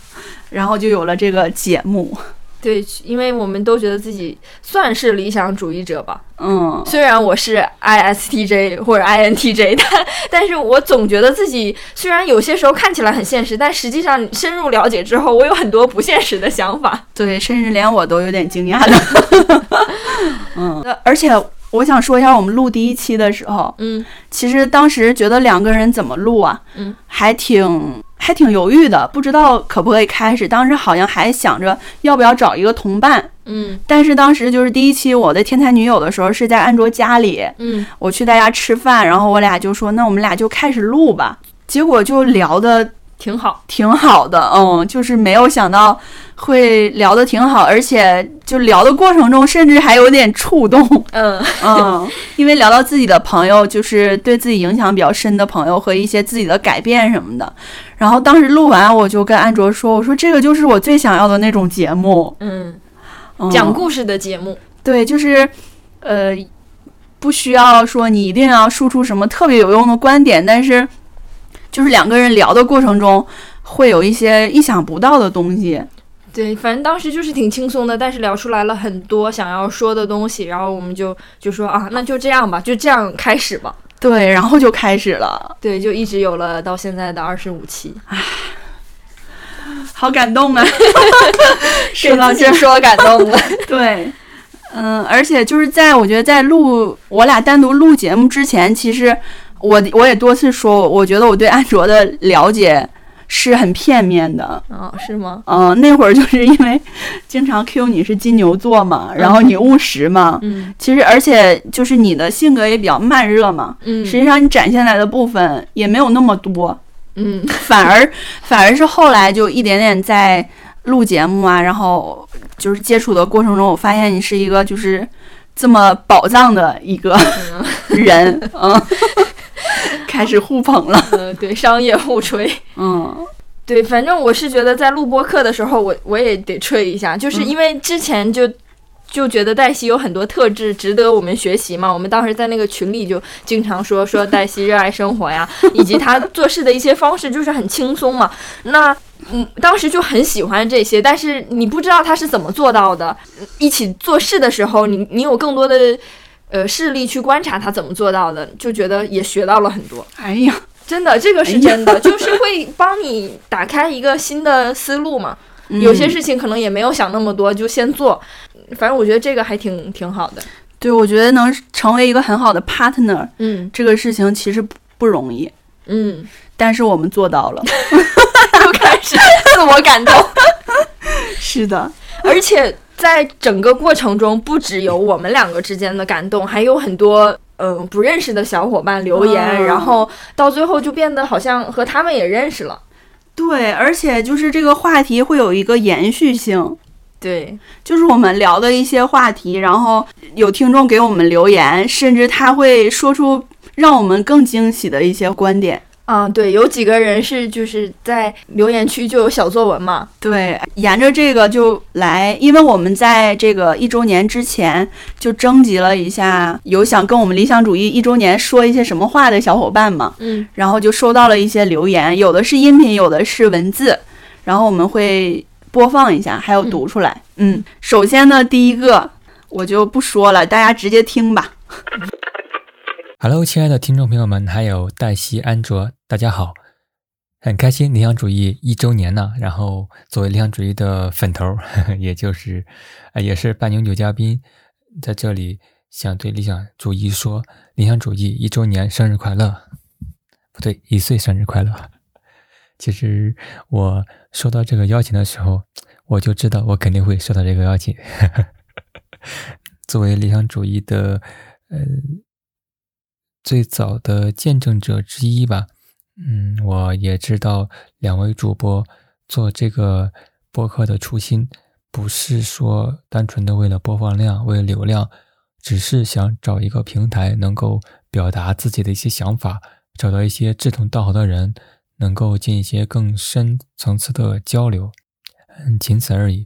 Speaker 2: 然后就有了这个节目。
Speaker 3: 对，因为我们都觉得自己算是理想主义者吧。
Speaker 2: 嗯，
Speaker 3: 虽然我是 ISTJ 或者 INTJ，但 但是我总觉得自己虽然有些时候看起来很现实，但实际上深入了解之后，我有很多不现实的想法。
Speaker 2: 对，甚至连我都有点惊讶的。 嗯，而且我想说一下，我们录第一期的时候，
Speaker 3: 嗯
Speaker 2: 其实当时觉得两个人怎么录啊，
Speaker 3: 嗯，
Speaker 2: 还挺还挺犹豫的，不知道可不可以开始。当时好像还想着要不要找一个同伴，
Speaker 3: 嗯
Speaker 2: 但是当时就是第一期我的天才女友的时候是在安卓家里，
Speaker 3: 嗯，
Speaker 2: 我去他家吃饭，然后我俩就说那我们俩就开始录吧，结果就聊的。
Speaker 3: 挺好。
Speaker 2: 挺好的，嗯，就是没有想到会聊得挺好，而且就聊的过程中，甚至还有点触动，
Speaker 3: 嗯。
Speaker 2: 嗯， 因为聊到自己的朋友，就是对自己影响比较深的朋友和一些自己的改变什么的。然后当时录完，我就跟安卓说：“我说这个就是我最想要的那种节目，
Speaker 3: 嗯，
Speaker 2: 嗯、
Speaker 3: 讲故事的节目，
Speaker 2: 对，就是呃，不需要说你一定要输出什么特别有用的观点，但是就是两个人聊的过程中，会有一些意想不到的东西。
Speaker 3: 对，反正当时就是挺轻松的，但是聊出来了很多想要说的东西，然后我们就就说啊，那就这样吧，就这样开始吧。
Speaker 2: 对，然后就开始了，
Speaker 3: 对，就一直有了到现在的二十五期，
Speaker 2: 好感动啊！ 说到
Speaker 3: 老
Speaker 2: 这
Speaker 3: 师
Speaker 2: 儿，
Speaker 3: 说感 动了。
Speaker 2: 对，嗯，而且就是在我觉得在录我俩单独录节目之前，其实我我也多次说，我觉得我对安卓的了解是很片面的。
Speaker 3: 啊、是吗？
Speaker 2: 嗯、那会儿就是因为经常 Q 你是金牛座嘛，然后你务实嘛，
Speaker 3: 嗯
Speaker 2: 其实而且就是你的性格也比较慢热嘛，
Speaker 3: 嗯
Speaker 2: 实际上你展现来的部分也没有那么多，
Speaker 3: 嗯
Speaker 2: 反而反而是后来就一点点在录节目啊，然后就是接触的过程中，我发现你是一个就是这么宝藏的一个
Speaker 3: 嗯
Speaker 2: 人，嗯，开始互捧了，
Speaker 3: 呃，对，商业互吹。
Speaker 2: 嗯。
Speaker 3: 对，反正我是觉得在录播课的时候，我我也得吹一下，就是因为之前就。就觉得黛西有很多特质值得我们学习嘛。我们当时在那个群里就经常说说黛西热爱生活呀，以及她做事的一些方式就是很轻松嘛。那嗯，当时就很喜欢这些，但是你不知道她是怎么做到的。一起做事的时候，你你有更多的呃视力去观察她怎么做到的，就觉得也学到了很多。
Speaker 2: 哎呀，
Speaker 3: 真的，这个是真的，就是会帮你打开一个新的思路嘛。有些
Speaker 2: 嗯
Speaker 3: 事情可能也没有想那么多，就先做。反正我觉得这个还挺挺好的。
Speaker 2: 对，我觉得能成为一个很好的 partner，
Speaker 3: 嗯
Speaker 2: 这个事情其实不不容易，
Speaker 3: 嗯，
Speaker 2: 但是我们做到了。
Speaker 3: 又开始自我感动，
Speaker 2: 是的，
Speaker 3: 而且在整个过程中，不只有我们两个之间的感动，还有很多。嗯，不认识的小伙伴留言，
Speaker 2: 哦
Speaker 3: 然后到最后就变得好像和他们也认识了。
Speaker 2: 对，而且就是这个话题会有一个延续性，
Speaker 3: 对，
Speaker 2: 就是我们聊的一些话题，然后有听众给我们留言，甚至他会说出让我们更惊喜的一些观点。
Speaker 3: 啊，对，有几个人是就是在留言区就有小作文嘛，
Speaker 2: 对，沿着这个就来，因为我们在这个一周年之前就征集了一下有想跟我们理想主义一周年说一些什么话的小伙伴嘛，
Speaker 3: 嗯，
Speaker 2: 然后就收到了一些留言，有的是音频，有的是文字，然后我们会播放一下，还有读出来。嗯，首先呢，第一个我就不说了，大家直接听吧。
Speaker 4: Hello，亲爱的听众朋友们，还有黛西、安卓，大家好！很开心理想主义一周年呢、然后作为理想主义的粉头，呵呵 也就是呃也是半永久嘉宾，在这里想对理想主义说，理想主义一周年生日快乐！不对，一岁生日快乐！其实我收到这个邀请的时候，我就知道我肯定会收到这个邀请。 作为理想主义的呃最早的见证者之一吧，嗯，我也知道两位主播做这个播客的初心，不是说单纯的为了播放量、为了流量，只是想找一个平台能够表达自己的一些想法，找到一些志同道合的人，能够进一些更深层次的交流，嗯，仅此而已。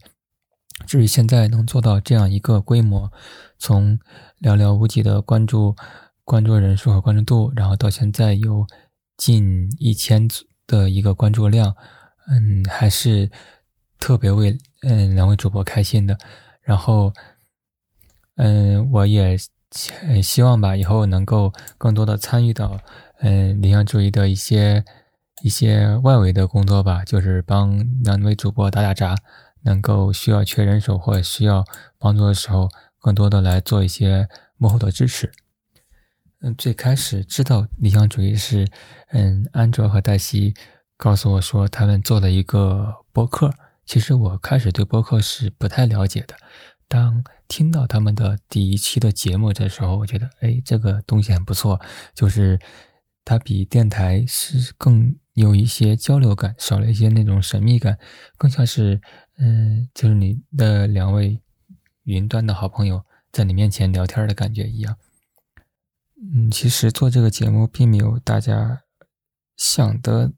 Speaker 4: 至于现在能做到这样一个规模，从寥寥无几的关注关注人数和关注度，然后到现在有近一千的一个关注量，嗯，还是特别为嗯两位主播开心的。然后，嗯，我也希呃希望吧，以后能够更多的参与到嗯理想主义的一些一些外围的工作吧，就是帮两位主播打打杂，能够需要缺人手或者需要帮助的时候，更多的来做一些幕后的支持。嗯，最开始知道理想主义是，嗯，安卓和黛西告诉我说他们做了一个播客。其实我开始对播客是不太了解的，当听到他们的第一期的节目的时候，我觉得，哎，这个东西很不错，就是它比电台是更有一些交流感，少了一些那种神秘感，更像是，嗯、就是你的两位云端的好朋友在你面前聊天的感觉一样。嗯，其实做这个节目并没有大家想的，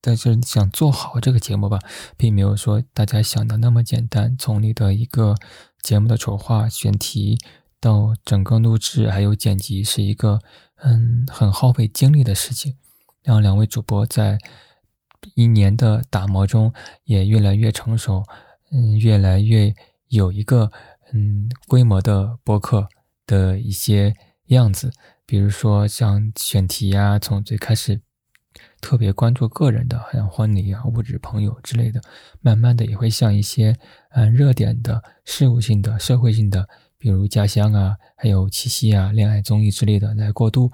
Speaker 4: 但是想做好这个节目吧，并没有说大家想的那么简单。从你的一个节目的筹划、选题到整个录制还有剪辑，是一个嗯很耗费精力的事情。让两位主播在一年的打磨中也越来越成熟，嗯，越来越有一个嗯规模的播客的一些样子。比如说像选题呀、从最开始特别关注个人的，好像婚礼啊、物质、朋友之类的，慢慢的也会像一些嗯热点的、事务性的、社会性的，比如家乡啊，还有七夕啊、恋爱综艺之类的来过渡。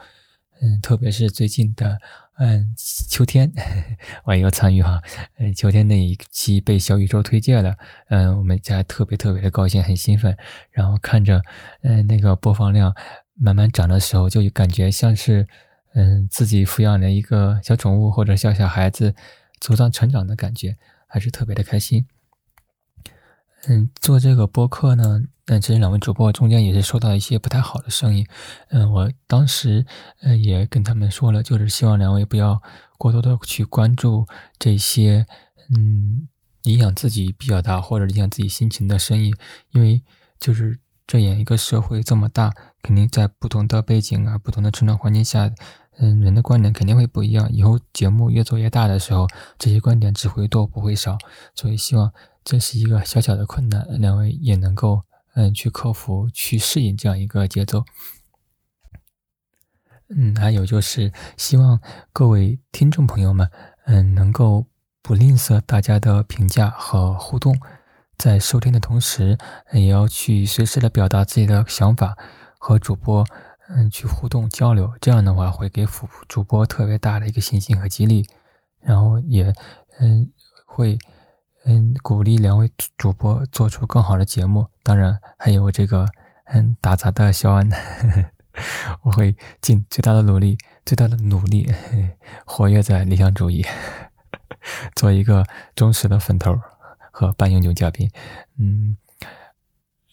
Speaker 4: 嗯，特别是最近的嗯秋天， 我也有参与哈。嗯，秋天那一期被小宇宙推荐了，嗯，我们家特别特别的高兴，很兴奋。然后看着嗯那个播放量慢慢涨的时候，就感觉像是嗯自己抚养了一个小宠物或者小小孩子茁壮成长的感觉，还是特别的开心。嗯，做这个播客呢，嗯，其实两位主播中间也是收到一些不太好的声音，嗯，我当时呃也跟他们说了，就是希望两位不要过多的去关注这些嗯影响自己表达或者影响自己心情的声音，因为就是这样一个社会这么大，肯定在不同的背景啊、不同的成长环境下，嗯，人的观点肯定会不一样。以后节目越做越大的时候，这些观点只会多不会少，所以希望这是一个小小的困难，两位也能够嗯去克服、去适应这样一个节奏。嗯，还有就是希望各位听众朋友们，嗯，能够不吝啬大家的评价和互动，在收听的同时，也要去随时的表达自己的想法，和主播嗯去互动交流，这样的话会给主主播特别大的一个信心和激励，然后也嗯会嗯鼓励两位主主播做出更好的节目，当然还有这个嗯打杂的肖安。 我会尽最大的努力，最大的努力， 嘿活跃在理想主义， 做一个忠实的粉头儿和半永久嘉宾。嗯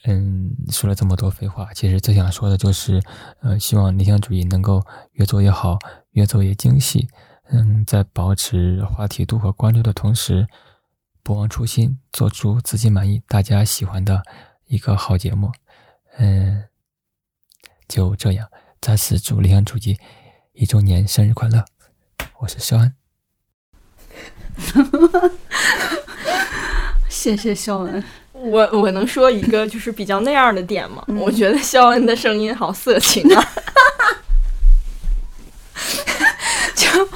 Speaker 4: 嗯，说了这么多废话，其实最想说的就是，呃，希望理想主义能够越做越好，越做越精细。嗯，在保持话题度和关注的同时，不忘初心，做出自己满意、大家喜欢的一个好节目。嗯。就这样，在此祝理想主义一周年生日快乐！我是肖安，
Speaker 2: 谢谢肖恩，
Speaker 3: 我我能说一个就是比较那样的点
Speaker 2: 嗯
Speaker 3: 吗？我觉得肖恩的声音好色情啊！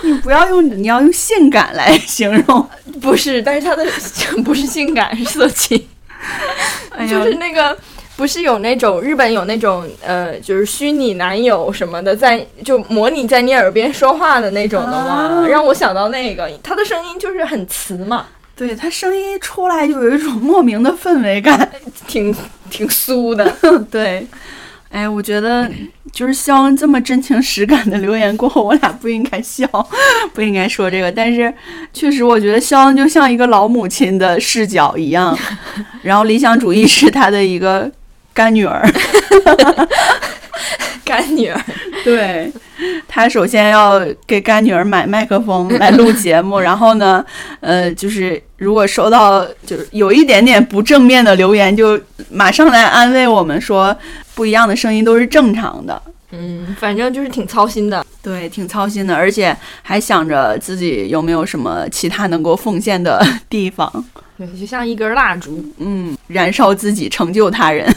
Speaker 2: 你 不要用你要用性感来形容，
Speaker 3: 不是，但是他的 不是性感，是色情，
Speaker 2: 哎呀
Speaker 3: 就是那个。不是有那种日本有那种呃，就是虚拟男友什么的，在就模拟在你耳边说话的那种的吗？
Speaker 2: 啊
Speaker 3: 让我想到那个，他的声音就是很磁嘛，
Speaker 2: 对他声音一出来就有一种莫名的氛围感。
Speaker 3: 挺挺酥的。
Speaker 2: 对，哎，我觉得就是肖恩这么真情实感的留言过后，我俩不应该笑， 不应该说这个。但是确实，我觉得肖恩就像一个老母亲的视角一 样，然后理想主义是他的一个干女儿。
Speaker 3: 干女儿，
Speaker 2: 对他首先要给干女儿买麦克风来录节目，然后呢，呃，就是如果收到就是有一点点不正面的留言，就马上来安慰我们说，不一样的声音都是正常的。
Speaker 3: 嗯，反正就是挺操心的。
Speaker 2: 对，挺操心的，而且还想着自己有没有什么其他能够奉献的地方，
Speaker 3: 对，就像一根蜡烛，
Speaker 2: 嗯，燃烧自己，成就他人。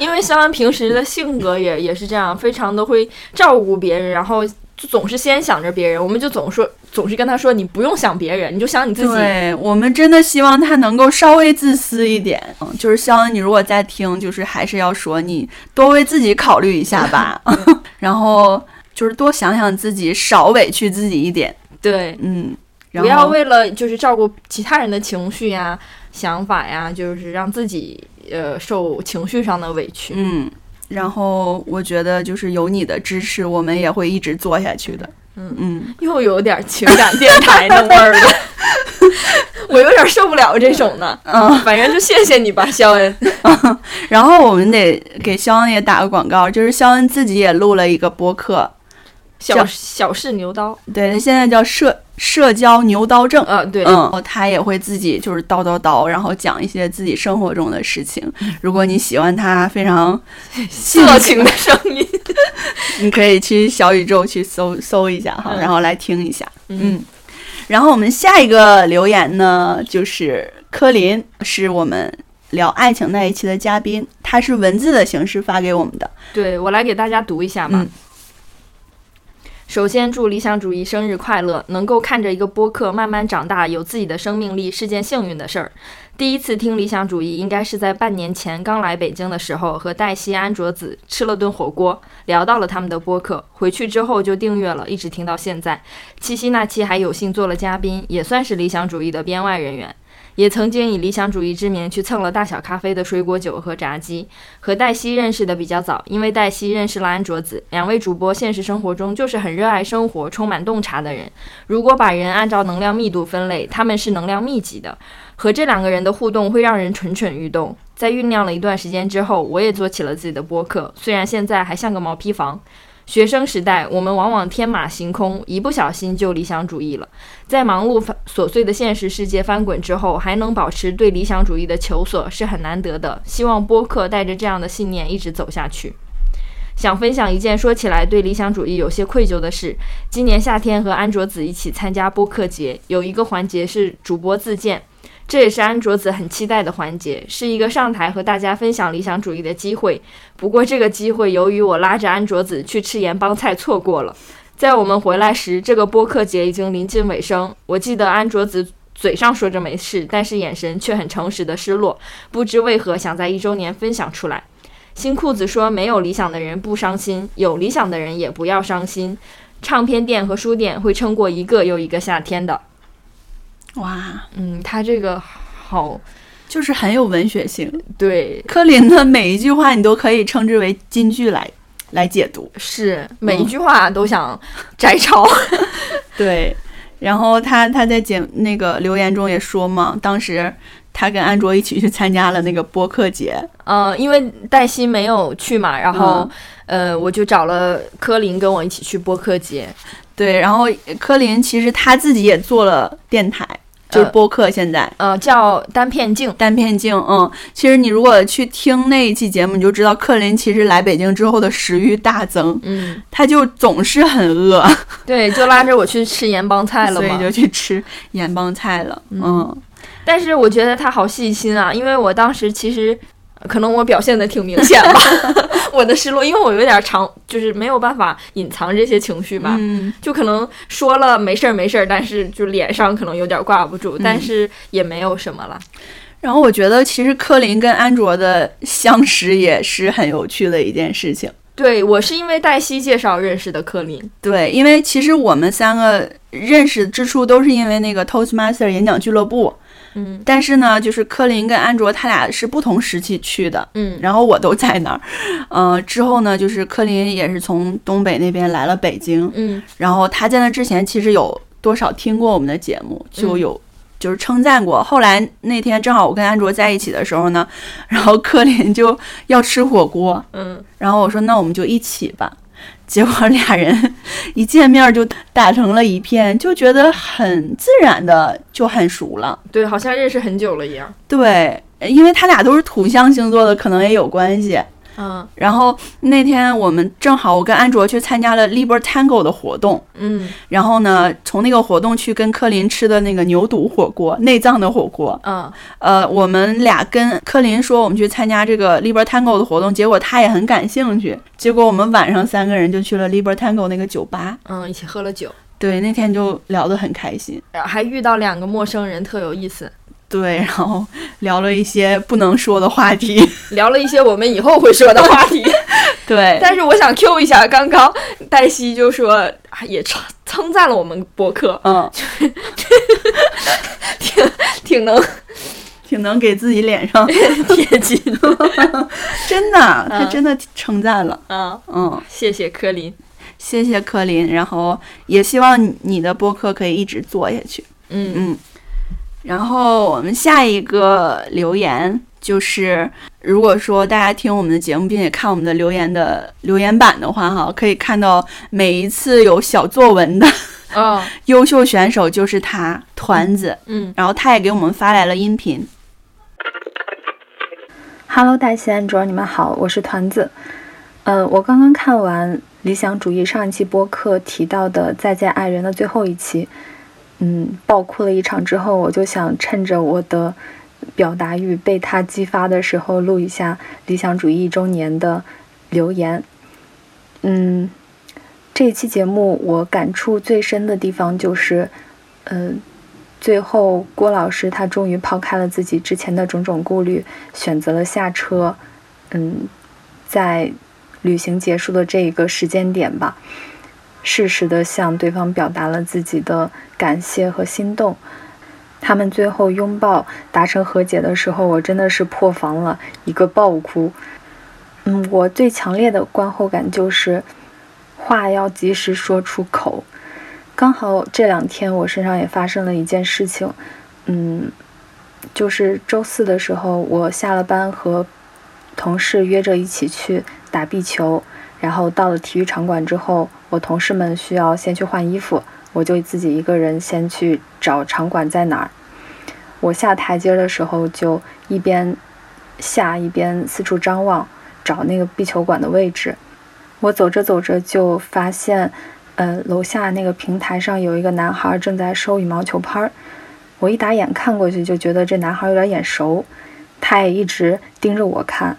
Speaker 3: 因为肖恩平时的性格也也是这样，非常的会照顾别人，然后就总是先想着别人。我们就总说，总是跟他说，你不用想别人，你就想你自己。
Speaker 2: 对我们真的希望他能够稍微自私一点。嗯，就是肖恩，你如果在听，就是还是要说你多为自己考虑一下 吧， 然后就是多想想自己，少委屈自己一点。
Speaker 3: 对，
Speaker 2: 嗯，然
Speaker 3: 不要
Speaker 2: 后
Speaker 3: 为了就是照顾其他人的情绪呀、想法呀，就是让自己呃受情绪上的委屈。
Speaker 2: 嗯，然后我觉得就是有你的支持，我们也会一直做下去的。
Speaker 3: 嗯
Speaker 2: 嗯。
Speaker 3: 又有点情感电台的味儿了， 我有点受不了这种的。
Speaker 2: 嗯，
Speaker 3: 反正就谢谢你吧，肖恩。
Speaker 2: 然后我们得给肖恩也打个广告，就是肖恩自己也录了一个播客，
Speaker 3: 小
Speaker 2: 叫
Speaker 3: 小试牛刀，
Speaker 2: 对他现在叫社社交牛刀症。
Speaker 3: 呃，对，
Speaker 2: 嗯，然后他也会自己就是叨叨叨，然后讲一些自己生活中的事情。如果你喜欢他非常性
Speaker 3: 色
Speaker 2: 感
Speaker 3: 情的声音。
Speaker 2: 你可以去小宇宙去搜搜一下哈，
Speaker 3: 嗯
Speaker 2: 然后来听一下。
Speaker 3: 嗯
Speaker 2: 嗯，然后我们下一个留言呢，就是柯林，是我们聊爱情那一期的嘉宾，他是文字的形式发给我们的。
Speaker 3: 对我来给大家读一下吧。
Speaker 2: 嗯
Speaker 3: 首先，祝理想主义生日快乐！能够看着一个播客慢慢长大，有自己的生命力，是件幸运的事儿。第一次听理想主义，应该是在半年前刚来北京的时候，和黛西、安卓子吃了顿火锅，聊到了他们的播客。回去之后就订阅了，一直听到现在。七夕那期还有幸做了嘉宾，也算是理想主义的编外人员。也曾经以理想主义之名去蹭了大小咖啡的水果酒和炸鸡。和黛西认识的比较早，因为黛西认识了安卓子。两位主播现实生活中就是很热爱生活、充满洞察的人。如果把人按照能量密度分类，他们是能量密集的。和这两个人的互动会让人蠢蠢欲动。在酝酿了一段时间之后，我也做起了自己的播客，虽然现在还像个毛坯房。学生时代，我们往往天马行空，一不小心就理想主义了。在忙碌繁琐碎的现实世界翻滚之后，还能保持对理想主义的求索是很难得的。希望播客带着这样的信念一直走下去。想分享一件说起来对理想主义有些愧疚的事。今年夏天和安卓子一起参加播客节，有一个环节是主播自荐，这也是安卓子很期待的环节，是一个上台和大家分享理想主义的机会。不过这个机会由于我拉着安卓子去吃盐帮菜错过了。在我们回来时，这个播客节已经临近尾声。我记得安卓子嘴上说着没事，但是眼神却很诚实的失落，不知为何想在一周年分享出来。新裤子说：“没有理想的人不伤心，有理想的人也不要伤心。唱片店和书店会撑过一个又一个夏天的。
Speaker 2: 哇，”
Speaker 3: 嗯，他这个好
Speaker 2: 就是很有文学性。
Speaker 3: 对，
Speaker 2: 柯林的每一句话，你都可以称之为金句来来解读。
Speaker 3: 是每一句话都想摘抄。
Speaker 2: 对，然后他他在节那个留言中也说嘛，当时他跟安卓一起去参加了那个播客节，
Speaker 3: 嗯，因为黛西没有去嘛，然后、
Speaker 2: 嗯
Speaker 3: 呃，我就找了柯林跟我一起去播客节。
Speaker 2: 对，然后柯林其实他自己也做了电台，就是
Speaker 3: 呃
Speaker 2: 播客现在。
Speaker 3: 呃，叫单片镜。
Speaker 2: 单片镜，嗯，其实你如果去听那一期节目，你就知道克林其实来北京之后的食欲大增，
Speaker 3: 嗯，
Speaker 2: 他就总是很饿，
Speaker 3: 对，就拉着我去吃盐帮菜了
Speaker 2: 所以
Speaker 3: 嘛。
Speaker 2: 就去吃盐帮菜了，
Speaker 3: 嗯
Speaker 2: 嗯
Speaker 3: 但是我觉得他好细心啊，因为我当时其实可能我表现的挺明显吧， 我的失落，因为我有点藏，就是没有办法隐藏这些情绪吧。
Speaker 2: 嗯
Speaker 3: 就可能说了没事儿没事儿，但是就脸上可能有点挂不住，
Speaker 2: 嗯
Speaker 3: 但是也没有什么了。
Speaker 2: 然后我觉得，其实柯林跟安卓的相识也是很有趣的一件事情。
Speaker 3: 对我是因为黛西介绍认识的柯林，
Speaker 2: 对，因为其实我们三个认识之初都是因为那个 Toastmaster 演讲俱乐部，
Speaker 3: 嗯
Speaker 2: 但是呢，就是柯林跟安卓他俩是不同时期去的，
Speaker 3: 嗯
Speaker 2: 然后我都在那儿。呃，之后呢，就是柯林也是从东北那边来了北京，
Speaker 3: 嗯
Speaker 2: 然后他在那之前其实有多少听过我们的节目，就有。就是称赞过。后来那天正好我跟安卓在一起的时候呢，然后柯林就要吃火锅，
Speaker 3: 嗯，
Speaker 2: 然后我说那我们就一起吧。结果俩人 一见面就打成了一片，就觉得很自然的就很熟了。
Speaker 3: 对，好像认识很久了一样。
Speaker 2: 对，因为他俩都是土象星座的，可能也有关系。
Speaker 3: 嗯
Speaker 2: 然后那天我们正好我跟安卓去参加了 Liber Tango 的活动，
Speaker 3: 嗯
Speaker 2: 然后呢，从那个活动去跟柯林吃的那个牛肚火锅，内脏的火锅。
Speaker 3: 嗯
Speaker 2: 呃，我们俩跟柯林说我们去参加这个 Liber Tango 的活动，结果他也很感兴趣。结果我们晚上三个人就去了 Liber Tango 那个酒吧，
Speaker 3: 嗯，一起喝了酒，
Speaker 2: 对，那天就聊得很开心。
Speaker 3: 然后还遇到两个陌生人，特有意思，
Speaker 2: 对，然后聊了一些不能说的话 题。
Speaker 3: 聊了一些我们以后会说的话题。
Speaker 2: 对，
Speaker 3: 但是我想 Q 一下，刚刚黛西就说啊也称称赞了我们博客，
Speaker 2: 嗯，
Speaker 3: 挺能
Speaker 2: 挺能给自己脸上
Speaker 3: 贴嗯近的
Speaker 2: 真的，他真的称赞了。
Speaker 3: 啊。
Speaker 2: 嗯，
Speaker 3: 谢谢柯林。
Speaker 2: 谢谢柯林，然后也希望你你的播客可以一直做下去。
Speaker 3: 嗯
Speaker 2: 嗯，然后我们下一个留言就是，如果说大家听我们的节目，并且看我们的留言的留言板的话，哈，可以看到每一次有小作文的
Speaker 3: 哦
Speaker 2: 优秀选手就是他团子，
Speaker 3: 嗯
Speaker 2: 然后他也给我们发来了音频。
Speaker 5: Hello，大西安卓，你们好，我是团子。呃，我刚刚看完《理想主义》上一期播客提到的《再见爱人》的最后一期，嗯，爆哭了一场之后，我就想趁着我的表达欲被他激发的时候，录一下《理想主义》一周年的留言。嗯，这一期节目我感触最深的地方就是，嗯、最后，郭老师他终于抛开了自己之前的种种顾虑，选择了下车。嗯，在旅行结束的这一个时间点吧，适时的向对方表达了自己的感谢和心动。他他们最后拥抱达成和解的时候，我真的是破防了，一个爆哭。嗯，我最强烈的观后感就是，话要及时说出口。刚好这两天我身上也发生了一件事情，嗯，就是周四的时候，我下了班和同事约着一起去打壁球，然后到了体育场馆之后，我同事们需要先去换衣服，我就自己一个人先去找场馆在哪儿。我下台阶的时候，就一边下一边四处张望，找那个壁球馆的位置。我走着走着就发现，呃，楼下那个平台上有一个男孩正在收羽毛球拍儿。我一打眼看过去，就觉得这男孩有点眼熟，他也一直盯着我看。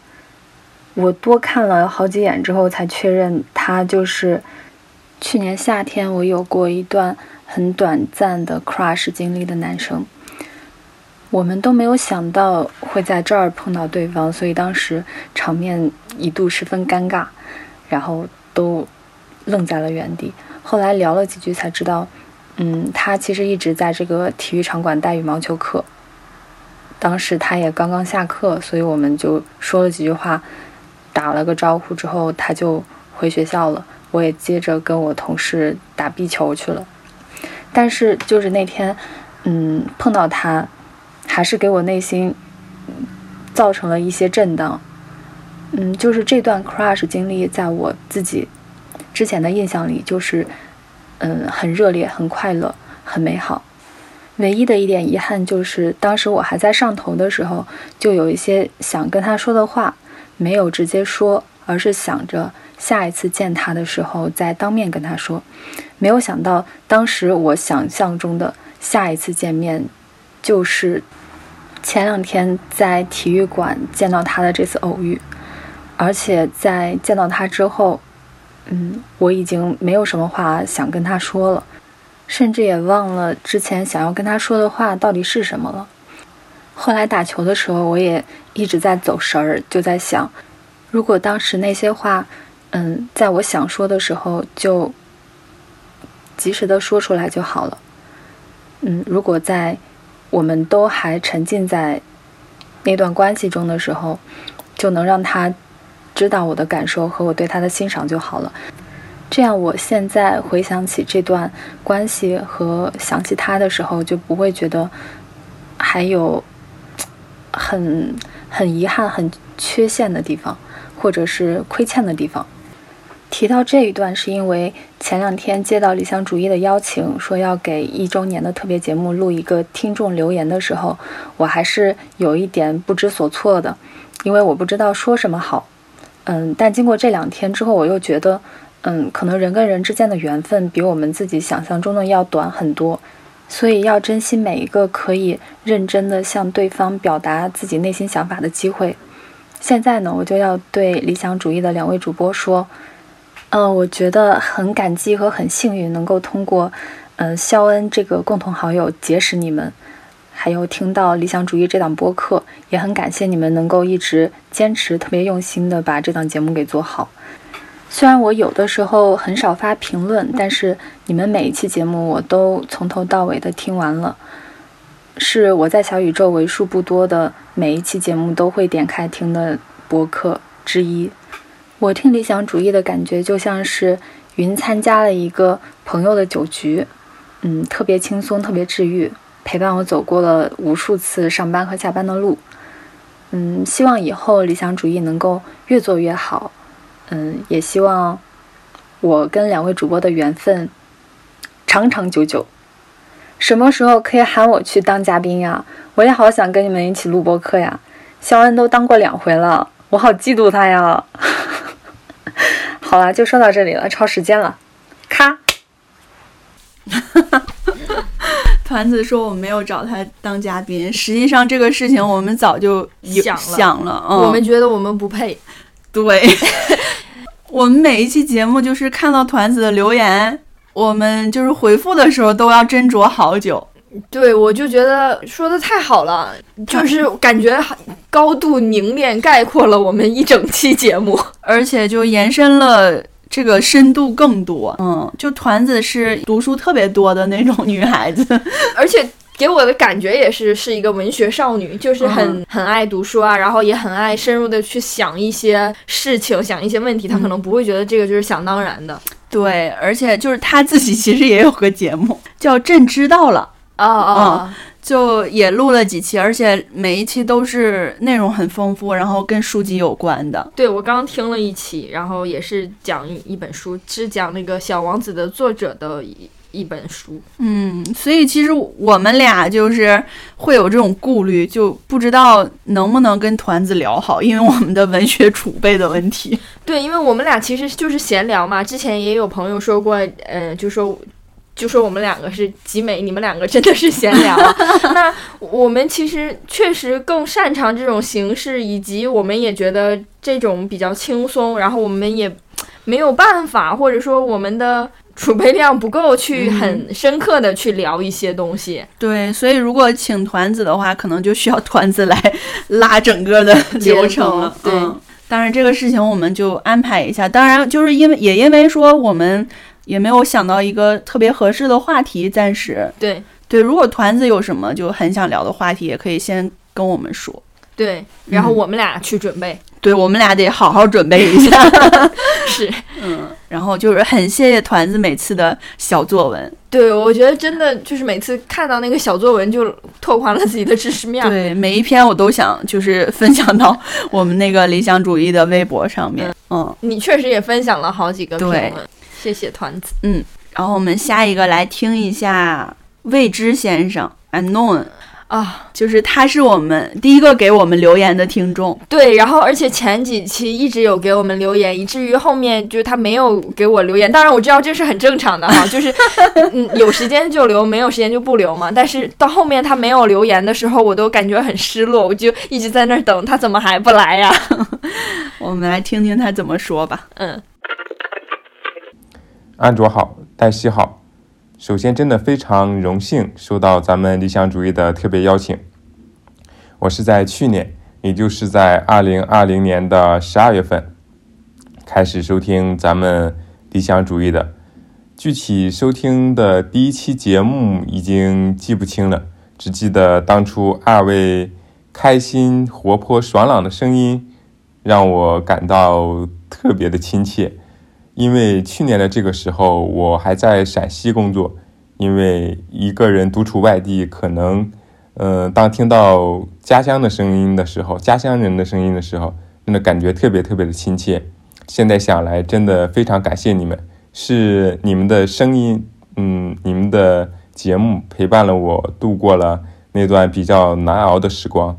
Speaker 5: 我多看了好几眼之后，才确认他就是去年夏天我有过一段很短暂的 crush 经历的男生。我们都没有想到会在这儿碰到对方，所以当时场面一度十分尴尬，然后都愣在了原地。后来聊了几句才知道，嗯，他其实一直在这个体育场馆带羽毛球课。当时他也刚刚下课，所以我们就说了几句话，打了个招呼之后，他就回学校了。我也接着跟我同事打壁球去了。但是就是那天，嗯，碰到他，还是给我内心嗯造成了一些震荡。嗯，就是这段 crush 经历，在我自己之前的印象里，就是嗯，很热烈、很快乐、很美好。唯一的一点遗憾就是，当时我还在上头的时候，就有一些想跟他说的话，没有直接说，而是想着下一次见他的时候再当面跟他说。没有想到，当时我想象中的下一次见面，就是前两天在体育馆见到他的这次偶遇，而且在见到他之后，嗯，我已经没有什么话想跟他说了。甚至也忘了之前想要跟他说的话到底是什么了。后来打球的时候，我也一直在走神儿，就在想，如果当时那些话，嗯，在我想说的时候就及时的说出来就好了。嗯，如果在我们都还沉浸在那段关系中的时候，就能让他知道我的感受和我对他的欣赏就好了。这样，我现在回想起这段关系和想起他的时候，就不会觉得还有很很遗憾、很缺陷的地方，或者是亏欠的地方。提到这一段，是因为前两天接到理想主义的邀请，说要给一周年的特别节目录一个听众留言的时候，我还是有一点不知所措的，因为我不知道说什么好。嗯，但经过这两天之后，我又觉得，嗯，可能人跟人之间的缘分比我们自己想象中的要短很多，所以要珍惜每一个可以认真的向对方表达自己内心想法的机会。现在呢，我就要对理想主义的两位主播说，嗯、我觉得很感激和很幸运能够通过，嗯、肖恩这个共同好友结识你们，还有听到理想主义这档播客，也很感谢你们能够一直坚持，特别用心的把这档节目给做好。虽然我有的时候很少发评论，但是你们每一期节目我都从头到尾的听完了，是我在小宇宙为数不多的每一期节目都会点开听的博客之一。我听理想主义的感觉就像是云参加了一个朋友的酒局，嗯，特别轻松，特别治愈，陪伴我走过了无数次上班和下班的路。嗯，希望以后理想主义能够越做越好，嗯，也希望我跟两位主播的缘分长长久久。什么时候可以喊我去当嘉宾呀？我也好想跟你们一起录播客呀。肖恩都当过两回了，我好嫉妒他呀。好啦，就说到这里了，超时间了，咔。
Speaker 2: 团子说我没有找他当嘉宾，实际上这个事情我们早就有
Speaker 3: 想了
Speaker 2: 想了，嗯，
Speaker 3: 我们觉得我们不配，
Speaker 2: 对， 我们每一期节目就是看到团子的留言，我们就是回复的时候都要斟酌好久。
Speaker 3: 对我就觉得说的太好了，就是感觉高度凝练概括了我们一整期节目。
Speaker 2: 而且就延伸了这个深度更多。嗯，就团子是读书特别多的那种女孩子，
Speaker 3: 而且给我的感觉也是是一个文学少女，就是很、
Speaker 2: 嗯
Speaker 3: 很爱读书啊，然后也很爱深入的去想一些事情，想一些问题，她可能不会觉得这个就是想当然的。
Speaker 2: 对，而且就是他自己其实也有个节目叫《朕知道了
Speaker 3: 哦哦
Speaker 2: 哦，》，就也录了几期，而且每一期都是内容很丰富，然后跟书籍有关的。
Speaker 3: 对我刚听了一期，然后也是讲一一本书，是讲那个《小王子》的作者的一一本书。
Speaker 2: 嗯，所以其实我们俩就是会有这种顾虑，就不知道能不能跟团子聊好，因为我们的文学储备的问题。
Speaker 3: 对，因为我们俩其实就是闲聊嘛，之前也有朋友说过，呃，就说。就说我们两个是集美，你们两个真的是闲聊。啊那我们其实确实更擅长这种形式，以及我们也觉得这种比较轻松，然后我们也没有办法，或者说我们的储备量不够，去很深刻的去聊一些东西。
Speaker 2: 对，所以如果请团子的话，可能就需要团子来拉整个的
Speaker 3: 节
Speaker 2: 流程 了。
Speaker 3: 奏对
Speaker 2: 嗯，当然这个事情我们就安排一下。当然，就是因为也因为说我们也没有想到一个特别合适的话题，暂时
Speaker 3: 对
Speaker 2: 对。如果团子有什么就很想聊的话题，也可以先跟我们说。
Speaker 3: 对，然后
Speaker 2: 嗯
Speaker 3: 我们俩去准备。
Speaker 2: 对我们俩得好好准备一 下。
Speaker 3: 是，
Speaker 2: 嗯，然后就是很谢谢团子每次的小作文。
Speaker 3: 对我觉得真的就是每次看到那个小作文就拓宽了自己的知识面。
Speaker 2: 对，每一篇我都想就是分享到我们那个理想主义的微博上面。嗯。
Speaker 3: 你确实也分享了好几个评
Speaker 2: 对
Speaker 3: 论，谢谢团子。
Speaker 2: 然后我们下一个来听一下未知先生 unknown，
Speaker 3: 啊，
Speaker 2: 就是他是我们第一个给我们留言的听众。
Speaker 3: 对，然后而且前几期一直有给我们留言，以至于后面就是他没有给我留言。当然我知道这是很正常的哈，就是嗯有时间就留，没有时间就不留嘛。但是到后面他没有留言的时候，我都感觉很失落，我就一直在那儿等他怎么还不来呀？
Speaker 2: 我们来听听他怎么说吧。
Speaker 3: 嗯，
Speaker 6: 安卓好，黛西好。首先，真的非常荣幸收到咱们理想主义的特别邀请。我是在去年，也就是在二零二零年的十二月份，开始收听咱们理想主义的。具体收听的第一期节目已经记不清了，只记得当初二位开心、活泼、爽朗的声音，让我感到特别的亲切。因为去年的这个时候，我还在陕西工作，因为一个人独处外地，可能，嗯、当听到家乡的声音的时候，家乡人的声音的时候，真的感觉特别特别的亲切。现在想来，真的非常感谢你们，是你们的声音，嗯，你们的节目陪伴了我度过了那段比较难熬的时光。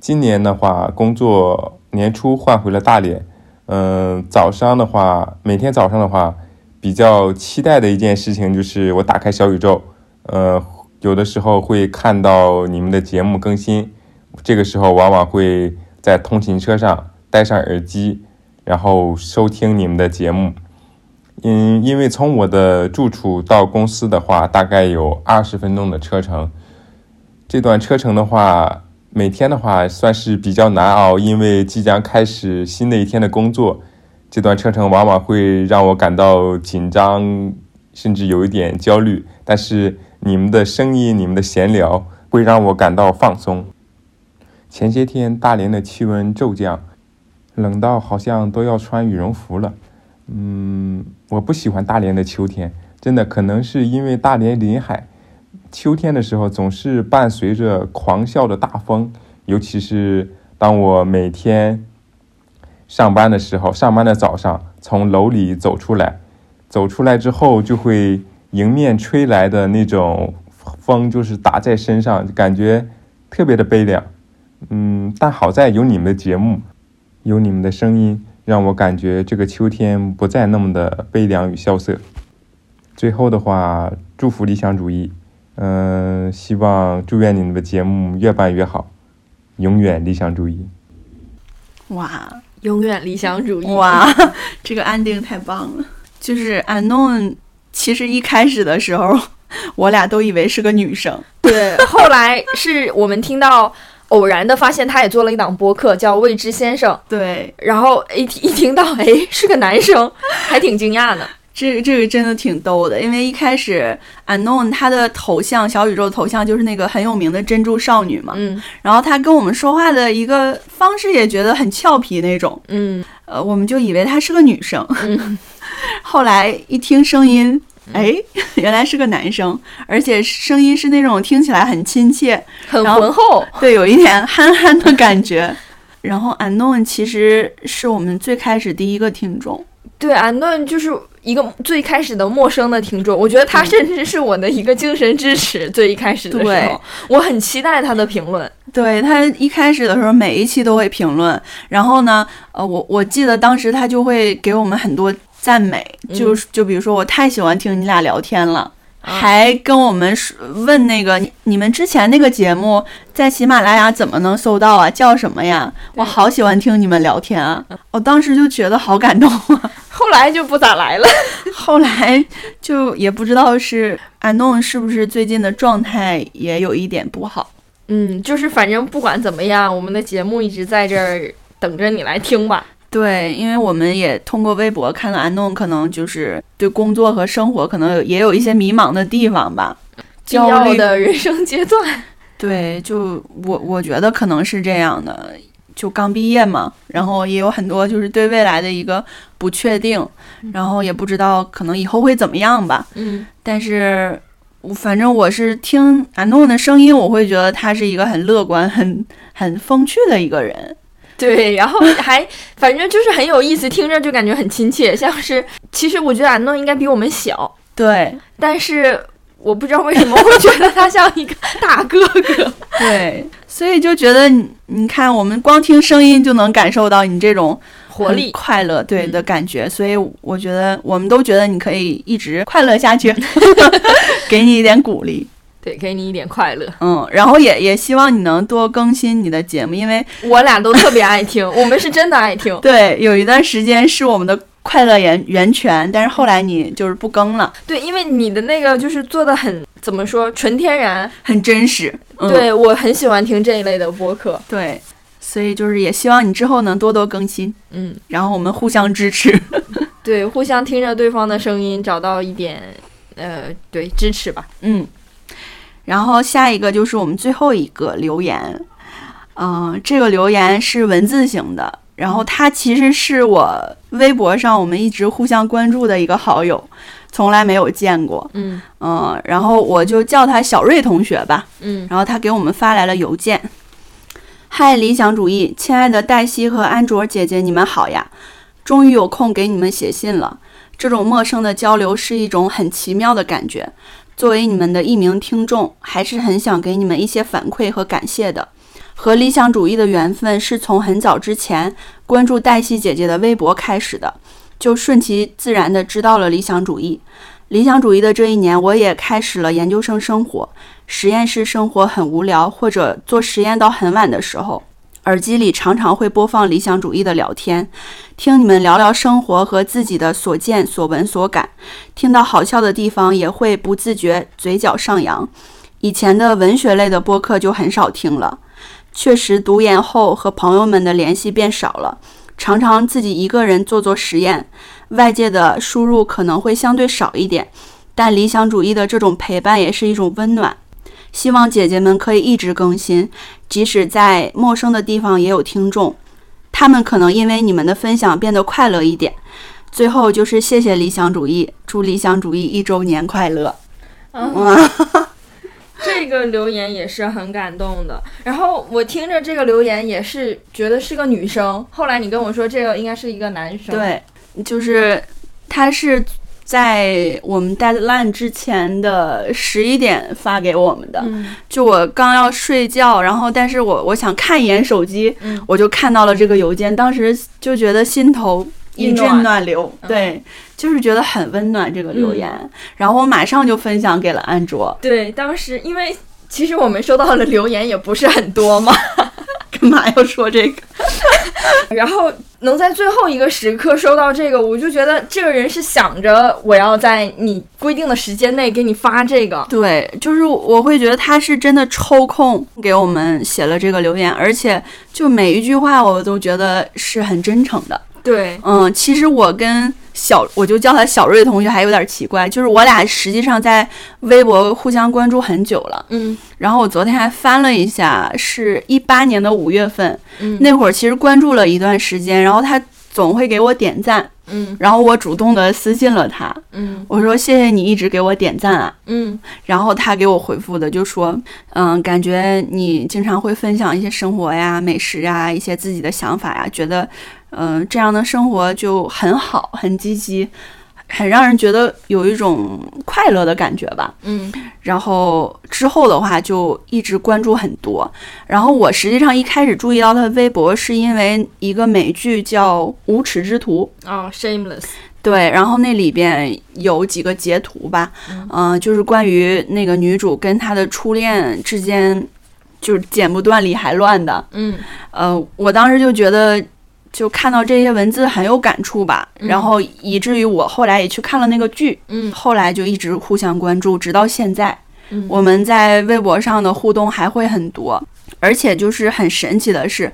Speaker 6: 今年的话，工作年初换回了大连，嗯，早上的话，每天早上的话，比较期待的一件事情就是我打开小宇宙，呃，有的时候会看到你们的节目更新，这个时候往往会在通勤车上戴上耳机，然后收听你们的节目。嗯，因为从我的住处到公司的话，大概有二十分钟的车程，这段车程的话，每天的话算是比较难熬，因为即将开始新的一天的工作，这段车程往往会让我感到紧张，甚至有一点焦虑。但是你们的声音、你们的闲聊会让我感到放松。前些天大连的气温骤降，冷到好像都要穿羽绒服了。嗯，我不喜欢大连的秋天，真的可能是因为大连临海，秋天的时候总是伴随着狂啸的大风，尤其是当我每天上班的时候，上班的早上从楼里走出来，走出来之后就会迎面吹来的那种风，就是打在身上，感觉特别的悲凉。嗯，但好在有你们的节目，有你们的声音，让我感觉这个秋天不再那么的悲凉与萧瑟。最后的话，祝福理想主义，嗯、希望祝愿你们的节目越办越好，永远理想主义。
Speaker 2: 哇
Speaker 3: 永远理想主义。
Speaker 2: 哇，哦 这个安定太棒了！就是 unknown，其实一开始的时候，我俩都以为是个女生。
Speaker 3: 对， 后来是我们听到偶然的发现，他也做了一档播客叫《未知先生》，
Speaker 2: 对，
Speaker 3: 然后一听一听到，哎，是个男生，还挺惊讶的。
Speaker 2: 这个这个真的挺逗的，因为一开始 unknown 他的头像小宇宙头像就是那个很有名的珍珠少女嘛，
Speaker 3: 嗯
Speaker 2: 然后他跟我们说话的一个方式也觉得很俏皮那种，
Speaker 3: 嗯，
Speaker 2: 呃，我们就以为她是个女生， 后来一听声音，哎，原来是个男生，而且声音是那种听起来很亲切，
Speaker 3: 很
Speaker 2: 然后
Speaker 3: 浑厚，
Speaker 2: 对，有一点憨憨的感觉。 然后 unknown 其实是我们最开始第一个听众，
Speaker 3: 对，安顿就是一个最开始的陌生的听众，我觉得
Speaker 2: 嗯
Speaker 3: 他甚至是我的一个精神支持。最一开始的时
Speaker 2: 对
Speaker 3: 候，我很期待他的评论。
Speaker 2: 对他一开始的时候，每一期都会评论，然后呢，呃，我我记得当时他就会给我们很多赞美，就是就比如说我太喜欢听你俩聊天了。
Speaker 3: 啊
Speaker 2: 还跟我们说问那个你你们之前那个节目在喜马拉雅怎么能搜到啊？叫什么呀？我好喜欢听你们聊天啊！我当时就觉得好感动啊。
Speaker 3: 后来就不咋来了。
Speaker 2: 后来就也不知道是安弄是不是最近的状态也有一点不好。
Speaker 3: 嗯，就是反正不管怎么样，我们的节目一直在这儿等着你来听吧。
Speaker 2: 对，因为我们也通过微博看到安东可能就是对工作和生活可能有也有一些迷茫的地方吧，
Speaker 3: 必
Speaker 2: 焦
Speaker 3: 要
Speaker 2: 虑。
Speaker 3: 的人生阶段，
Speaker 2: 对，就我我觉得可能是这样的，就刚毕业嘛，然后也有很多就是对未来的一个不确定，然后也不知道可能以后会怎么样吧。
Speaker 3: 嗯，
Speaker 2: 但是我反正我是听安东的声音，我会觉得他是一个很乐观、很很风趣的一个人。
Speaker 3: 对，然后还反正就是很有意思，听着就感觉很亲切，像是其实我觉得安诺应该比我们小，
Speaker 2: 对
Speaker 3: 但是我不知道为什么会觉得他像一个大哥哥。
Speaker 2: 对，所以就觉得你你看，我们光听声音就能感受到你这种
Speaker 3: 活
Speaker 2: 很
Speaker 3: 力
Speaker 2: 快乐对
Speaker 3: 嗯
Speaker 2: 的感觉，所以我觉得我们都觉得你可以一直快乐下 去，给你一点鼓励。
Speaker 3: 对，给你一点快乐。
Speaker 2: 嗯，然后也也希望你能多更新你的节目，因为
Speaker 3: 我俩都特别爱听，我们是真的爱听。
Speaker 2: 对有一段时间是我们的快乐源源泉，但是后来你就是不更了，
Speaker 3: 对，因为你的那个就是做的很怎么说，纯天然。
Speaker 2: 很真实。嗯、
Speaker 3: 对我很喜欢听这一类的播客。
Speaker 2: 对，所以就是也希望你之后能多多更新，
Speaker 3: 嗯，
Speaker 2: 然后我们互相支持。
Speaker 3: 对，互相听着对方的声音，找到一点呃，对支持吧。
Speaker 2: 嗯，然后下一个就是我们最后一个留言，嗯、这个留言是文字型的，然后他其实是我微博上我们一直互相关注的一个好友，从来没有见过，
Speaker 3: 嗯
Speaker 2: 嗯、然后我就叫他小瑞同学吧，
Speaker 3: 嗯，
Speaker 2: 然后他给我们发来了邮件。嗨，理想主义，亲爱的黛西和安卓姐姐，你们好呀！终于有空给你们写信了。这种陌生的交流是一种很奇妙的感觉。作为你们的一名听众，还是很想给你们一些反馈和感谢的。和理想主义的缘分是从很早之前关注黛西姐姐的微博开始的，就顺其自然地知道了理想主义。理想主义的这一年，我也开始了研究生生活，实验室生活很无聊，或者做实验到很晚的时候，耳机里常常会播放理想主义的聊天，听你们聊聊生活和自己的所见所闻所感，听到好笑的地方也会不自觉嘴角上扬。以前的文学类的播客就很少听了，确实读研后和朋友们的联系变少了，常常自己一个人做做实验，外界的输入可能会相对少一点，但理想主义的这种陪伴也是一种温暖。希望姐姐们可以一直更新，即使在陌生的地方也有听众，他们可能因为你们的分享变得快乐一点。最后就是谢谢理想主义，祝理想主义一周年快乐！
Speaker 3: 嗯 这个留言也是很感动的。然后我听着这个留言也是觉得是个女生，后来你跟我说这个应该是一个男生。，
Speaker 2: 对，就是他是在我们 deadline 之前的十一点发给我们的，
Speaker 3: 嗯
Speaker 2: 就我刚要睡觉，然后但是我我想看一眼手机，
Speaker 3: 嗯
Speaker 2: 我就看到了这个邮件，当时就觉得心头一阵
Speaker 3: 暖
Speaker 2: 暖流，对，就是觉得很温暖这个留言，然后我马上就分享给了安卓，
Speaker 3: 对，当时因为其实我们收到的留言也不是很多嘛，
Speaker 2: 干嘛要说这个？
Speaker 3: 然后能在最后一个时刻收到这个，我就觉得这个人是想着我要在你规定的时间内给你发这个。
Speaker 2: 对，就是我会觉得他是真的抽空给我们写了这个留言，而且就每一句话我都觉得是很真诚的。
Speaker 3: 对，
Speaker 2: 嗯，其实我跟小，我就叫他小瑞同学，还有点奇怪。就是我俩实际上在微博互相关注很久了。
Speaker 3: 嗯
Speaker 2: 然后我昨天还翻了一下，是一八年的五月份，
Speaker 3: 嗯
Speaker 2: 那会儿其实关注了一段时间，然后他总会给我点赞，
Speaker 3: 嗯
Speaker 2: 然后我主动的私信了他，
Speaker 3: 嗯
Speaker 2: 我说谢谢你一直给我点赞啊。
Speaker 3: 嗯
Speaker 2: 然后他给我回复的就说，嗯，感觉你经常会分享一些生活呀、美食呀、一些自己的想法呀，觉得，嗯、这样的生活就很好，很积极，很让人觉得有一种快乐的感觉吧。
Speaker 3: 嗯
Speaker 2: 然后之后的话就一直关注很多。然后我实际上一开始注意到他的微博，是因为一个美剧叫《无耻之徒》，
Speaker 3: 哦，shameless，
Speaker 2: 对，然后那里边有几个截图吧，嗯、就是关于那个女主跟她的初恋之间，就是剪不断理还乱的。
Speaker 3: 嗯
Speaker 2: 呃，我当时就觉得，就看到这些文字很有感触吧，
Speaker 3: 嗯
Speaker 2: 然后以至于我后来也去看了那个剧，
Speaker 3: 嗯
Speaker 2: 后来就一直互相关注，直到现在。
Speaker 3: 嗯
Speaker 2: 我们在微博上的互动还会很多，而且就是很神奇的是，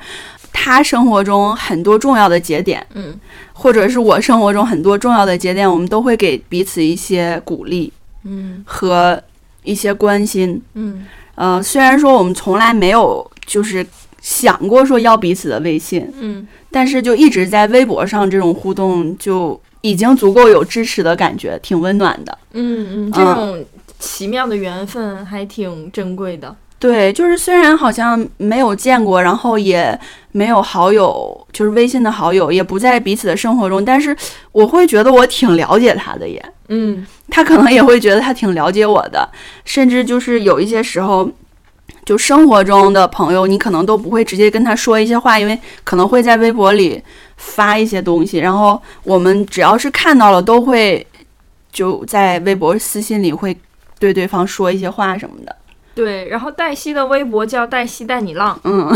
Speaker 2: 他生活中很多重要的节点，
Speaker 3: 嗯
Speaker 2: 或者是我生活中很多重要的节点，我们都会给彼此一些鼓励
Speaker 3: 嗯
Speaker 2: 和一些关心。
Speaker 3: 嗯
Speaker 2: 呃，虽然说我们从来没有就是想过说要彼此的微信，
Speaker 3: 嗯
Speaker 2: 但是就一直在微博上这种互动，就已经足够有支持的感觉，挺温暖的。
Speaker 3: 嗯，这种奇妙的缘分还挺珍贵的。
Speaker 2: 对，就是虽然好像没有见过，然后也没有好友，就是微信的好友，也不在彼此的生活中，但是我会觉得我挺了解他的也，
Speaker 3: 嗯
Speaker 2: 他可能也会觉得他挺了解我的，甚至就是有一些时候，就生活中的朋友，你可能都不会直接跟他说一些话，因为可能会在微博里发一些东西，然后我们只要是看到了，都会就在微博私信里会对对方说一些话什么的。
Speaker 3: 对，然后黛西的微博叫“黛西带你浪
Speaker 2: 嗯，”，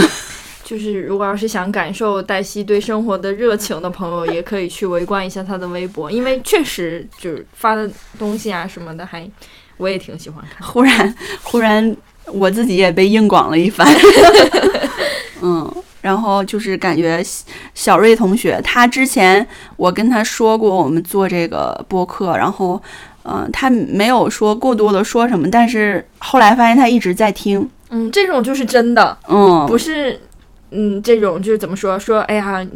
Speaker 3: 就是如果要是想感受黛西对生活的热情的朋友，也可以去围观一下她的微博，因为确实就是发的东西啊什么的还，我也挺喜欢看。
Speaker 2: 忽然忽然我自己也被硬广了一 番。嗯，然后就是感觉小小瑞同学，他之前我跟他说过我们做这个播客，然后嗯、呃他没有说过多的说什么，但是后来发现他一直在听。
Speaker 3: 嗯，这种就是真的，
Speaker 2: 嗯，
Speaker 3: 不是，嗯，这种就是怎么说？说哎呀，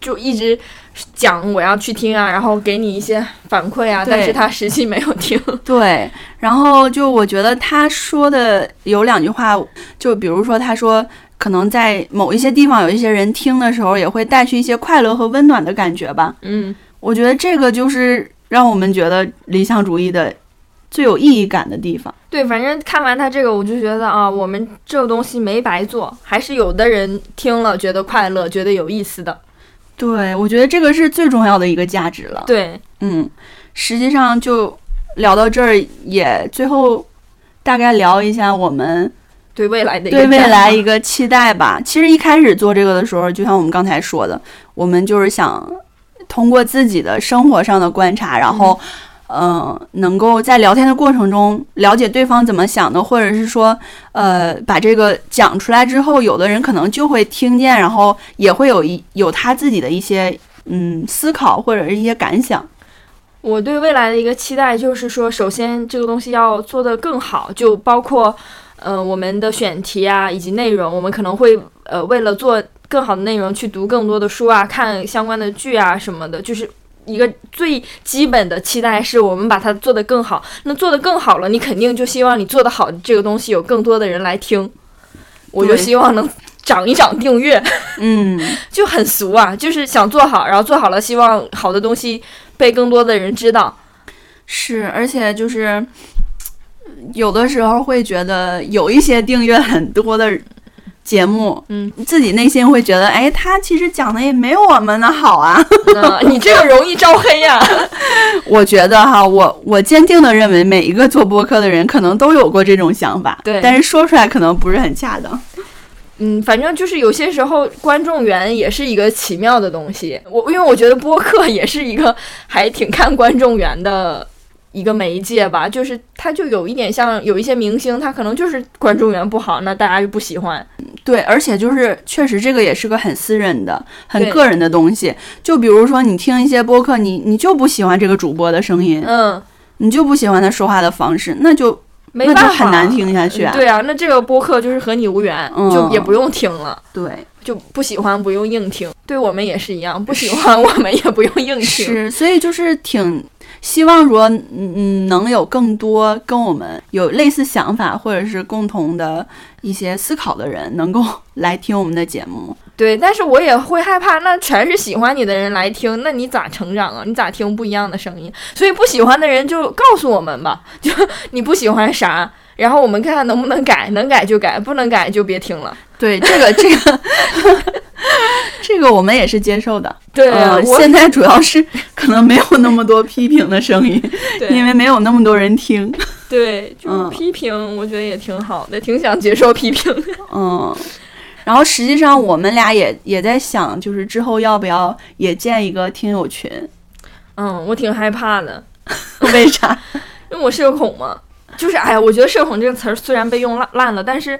Speaker 3: 就一直讲我要去听啊，然后给你一些反馈啊，
Speaker 2: 对
Speaker 3: 但是他实际没有 听。
Speaker 2: 对，然后就我觉得他说的有两句话，就比如说他说，可能在某一些地方有一些人听的时候，也会带去一些快乐和温暖的感觉吧。
Speaker 3: 嗯
Speaker 2: 我觉得这个就是让我们觉得理想主义的最有意义感的地方。，
Speaker 3: 对，反正看完他这个，我就觉得啊，我们这东西没白做，还是有的人听了觉得快乐，觉得有意思的。
Speaker 2: 对，我觉得这个是最重要的一个价值了。
Speaker 3: 对，
Speaker 2: 嗯，实际上就聊到这儿，也最后大概聊一下我们
Speaker 3: 对未来的一个
Speaker 2: 对未
Speaker 3: 展
Speaker 2: 来
Speaker 3: 望
Speaker 2: 一个期待吧。其实一开始做这个的时候，就像我们刚才说的，我们就是想通过自己的生活上的观察，然后，嗯、能够在聊天的过程中了解对方怎么想的，或者是说，呃，把这个讲出来之后，有的人可能就会听见，然后也会有一有他自己的一些嗯思考或者是一些感想。
Speaker 3: 我对未来的一个期待就是说，首先这个东西要做得更好，就包括，呃，我们的选题啊，以及内容，我们可能会呃为了做更好的内容，去读更多的书啊，看相关的剧啊什么的，就是。一个最基本的期待是我们把它做得更好。那做得更好了，你肯定就希望你做得好这个东西有更多的人来听。我就
Speaker 2: 对
Speaker 3: 希望能涨一涨订阅。
Speaker 2: 嗯，
Speaker 3: 就很俗啊，就是想做好，然后做好了，希望好的东西被更多的人知道。
Speaker 2: 是，而且就是。有的时候会觉得有一些订阅很多的节目，
Speaker 3: 嗯，
Speaker 2: 自己内心会觉得，哎，他其实讲的也没有我们的好啊。
Speaker 3: 那 你这个容易招黑啊呀、
Speaker 2: 我觉得哈，我我坚定的认为，每一个做播客的人可能都有过这种想法，
Speaker 3: 对
Speaker 2: 但是说出来可能不是很恰当。
Speaker 3: 嗯，反正就是有些时候观众缘也是一个奇妙的东西。我因为我觉得播客也是一个还挺看观众缘的一个媒介吧，就是它就有一点像有一些明星，他可能就是观众缘不好，那大家就不喜欢。
Speaker 2: 对，而且就是确实这个也是个很私人的、很
Speaker 3: 对
Speaker 2: 个人的东西。就比如说你听一些播客，你你就不喜欢这个主播的声音，
Speaker 3: 嗯，
Speaker 2: 你就不喜欢他说话的方式，那就
Speaker 3: 没
Speaker 2: 那
Speaker 3: 办
Speaker 2: 就
Speaker 3: 法，
Speaker 2: 很难听下去啊。
Speaker 3: 对啊，那这个播客就是和你无缘，
Speaker 2: 嗯
Speaker 3: 就也不用听了。
Speaker 2: 对，
Speaker 3: 就不喜欢不用硬听，对我们也是一样，不喜欢 我们也不用硬听。
Speaker 2: 是，所以就是挺希望说，嗯嗯，能有更多跟我们有类似想法或者是共同的一些思考的人，能够 来听我们的节目。
Speaker 3: 对，但是我也会害怕，那全是喜欢你的人来听，那你咋成长啊？你咋听不一样的声音？所以不喜欢的人就告诉我们吧，就你不喜欢啥，然后我们看看能不能改，能改就改，不能改就别听了。
Speaker 2: 对，这个这 个 这个我们也是接受的。
Speaker 3: 对，
Speaker 2: 呃，
Speaker 3: 我
Speaker 2: 现在主要是可能没有那么多批评的声音，
Speaker 3: 对
Speaker 2: 因为没有那么多人 听。
Speaker 3: 对，就
Speaker 2: 嗯
Speaker 3: 批评，我觉得也挺好的，挺想接受批评。
Speaker 2: 嗯，然后实际上我们俩也也在想，就是之后要不要也建一个听友群？
Speaker 3: 嗯，我挺害怕的，
Speaker 2: 为
Speaker 3: 嗯
Speaker 2: 啥？
Speaker 3: 因为我社恐嘛。就是哎呀，我觉得社恐这个词儿虽然被用烂烂了，但是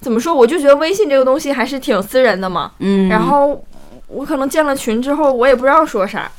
Speaker 3: 怎么说，我就觉得微信这个东西还是挺私人的嘛。
Speaker 2: 嗯，
Speaker 3: 然后我可能建了群之后，我也不知道说啥，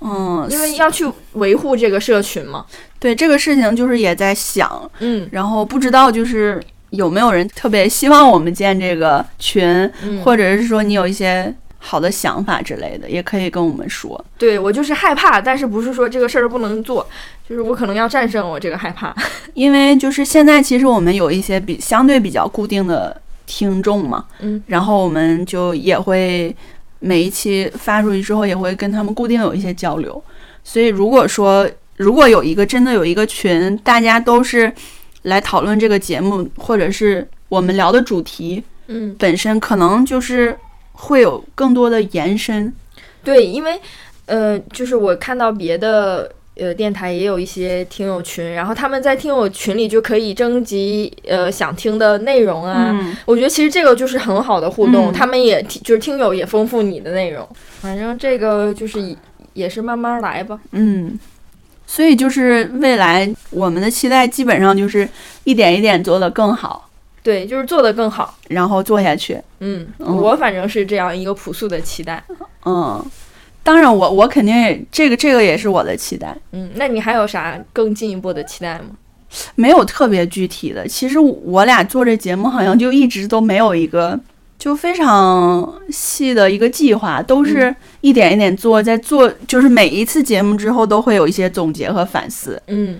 Speaker 2: 嗯，
Speaker 3: 因为要去维护这个社群嘛。
Speaker 2: 对这个事情就是也在想，
Speaker 3: 嗯，
Speaker 2: 然后不知道就是有没有人特别希望我们建这个群，
Speaker 3: 嗯
Speaker 2: 或者是说你有一些好的想法之类的，也可以跟我们说。
Speaker 3: 对我就是害怕，但是不是说这个事儿不能做，就是我可能要战胜我这个害怕。
Speaker 2: 因为就是现在其实我们有一些比相对比较固定的听众嘛，
Speaker 3: 嗯，
Speaker 2: 然后我们就也会每一期发出去之后，也会跟他们固定有一些交流。所以如果说如果有一个真的有一个群，大家都是来讨论这个节目，或者是我们聊的主题
Speaker 3: 嗯，
Speaker 2: 本身，可能就是会有更多的延伸。
Speaker 3: 对，因为呃，就是我看到别的呃电台也有一些听友群，然后他们在听友群里就可以征集呃想听的内容啊。我觉得其实这个就是很好的互动，
Speaker 2: 嗯
Speaker 3: 他们也听就是听友也丰富你的内容。反正这个就是以也是慢慢来吧。
Speaker 2: 嗯，所以就是未来我们的期待基本上就是一点一点做得更好。
Speaker 3: 对，就是做得更好。
Speaker 2: 然后做下去。
Speaker 3: 嗯，
Speaker 2: 嗯
Speaker 3: 我反正是这样一个朴素的期待。
Speaker 2: 嗯，当然我我肯定也这个这个也是我的期待，
Speaker 3: 嗯，那你还有啥更进一步的期待吗？
Speaker 2: 没有特别具体的。其实我俩做这节目好像就一直都没有一个就非常细的一个计划，都是一点一点做，在做就是每一次节目之后都会有一些总结和反思，
Speaker 3: 嗯，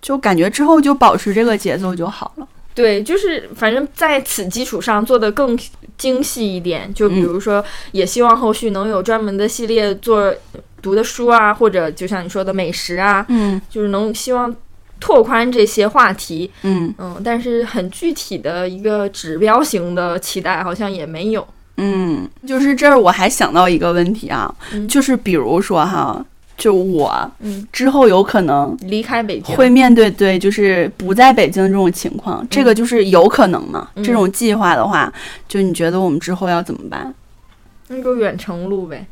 Speaker 2: 就感觉之后就保持这个节奏就好了。
Speaker 3: 对，就是反正在此基础上做的更精细一点，就
Speaker 2: 嗯
Speaker 3: 比如说，也希望后续能有专门的系列做读的书啊，或者就像你说的美食啊，
Speaker 2: 嗯
Speaker 3: 就是能希望拓宽这些话题。
Speaker 2: 嗯
Speaker 3: 嗯，但是很具体的一个指标型的期待好像也没有。
Speaker 2: 嗯，就是这儿我还想到一个问题啊，
Speaker 3: 嗯
Speaker 2: 就是比如说哈，就我
Speaker 3: 嗯，
Speaker 2: 之后有可能
Speaker 3: 离开北京
Speaker 2: 会面对对，就是不在北京这种情况，这个就是有可能嘛。
Speaker 3: 嗯
Speaker 2: 这种计划的话，就你觉得我们之后要怎么办？
Speaker 3: 那就远程录呗。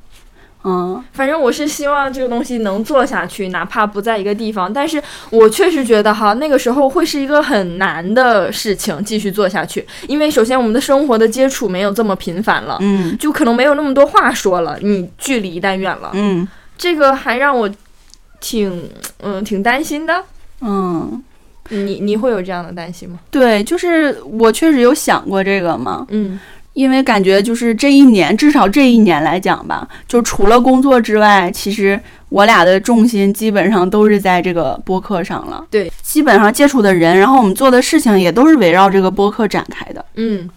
Speaker 2: 嗯
Speaker 3: 反正我是希望这个东西能做下去，哪怕不在一个地方。但是我确实觉得哈，那个时候会是一个很难的事情，继续做下去。因为首先我们的生活的接触没有这么频繁了，
Speaker 2: 嗯
Speaker 3: 就可能没有那么多话说了。你距离一旦远了，
Speaker 2: 嗯
Speaker 3: 这个还让我挺嗯挺担心的。
Speaker 2: 嗯，
Speaker 3: 你你会有这样的担心吗？
Speaker 2: 对，就是我确实有想过这个嘛，
Speaker 3: 嗯
Speaker 2: 因为感觉就是这一年，至少这一年来讲吧，就除了工作之外，其实我俩的重心基本上都是在这个播客上了。
Speaker 3: 对，
Speaker 2: 基本上接触的人，然后我们做的事情也都是围绕这个播客展开的。
Speaker 3: 嗯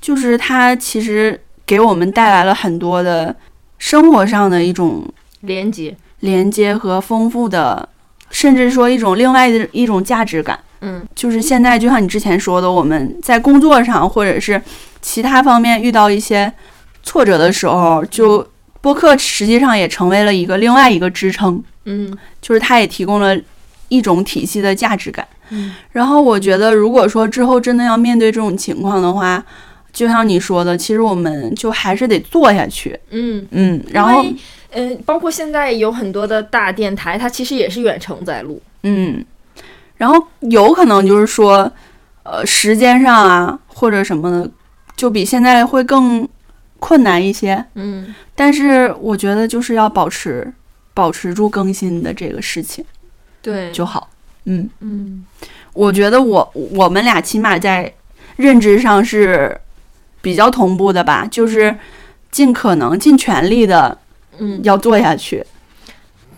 Speaker 2: 就是它其实给我们带来了很多的生活上的一种
Speaker 3: 连接
Speaker 2: 连接和丰富的，甚至说一种另外的一种价值感。
Speaker 3: 嗯
Speaker 2: 就是现在，就像你之前说的，我们在工作上或者是其他方面遇到一些挫折的时候，就播客实际上也成为了一个另外一个支撑。
Speaker 3: 嗯
Speaker 2: 就是它也提供了一种体系的价值感。
Speaker 3: 嗯
Speaker 2: 然后我觉得，如果说之后真的要面对这种情况的话，就像你说的，其实我们就还是得做下去。
Speaker 3: 嗯。
Speaker 2: 嗯，然后
Speaker 3: 因为嗯、包括现在有很多的大电台，它其实也是远程在录。
Speaker 2: 嗯，然后有可能就是说，呃，时间上啊或者什么的，就比现在会更困难一些。
Speaker 3: 嗯，
Speaker 2: 但是我觉得就是要保持保持住更新的这个事情
Speaker 3: 对，
Speaker 2: 就好。嗯，
Speaker 3: 嗯
Speaker 2: 我觉得我我们俩起码在认知上是比较同步的吧，就是尽可能尽全力的
Speaker 3: 嗯，
Speaker 2: 要做下去。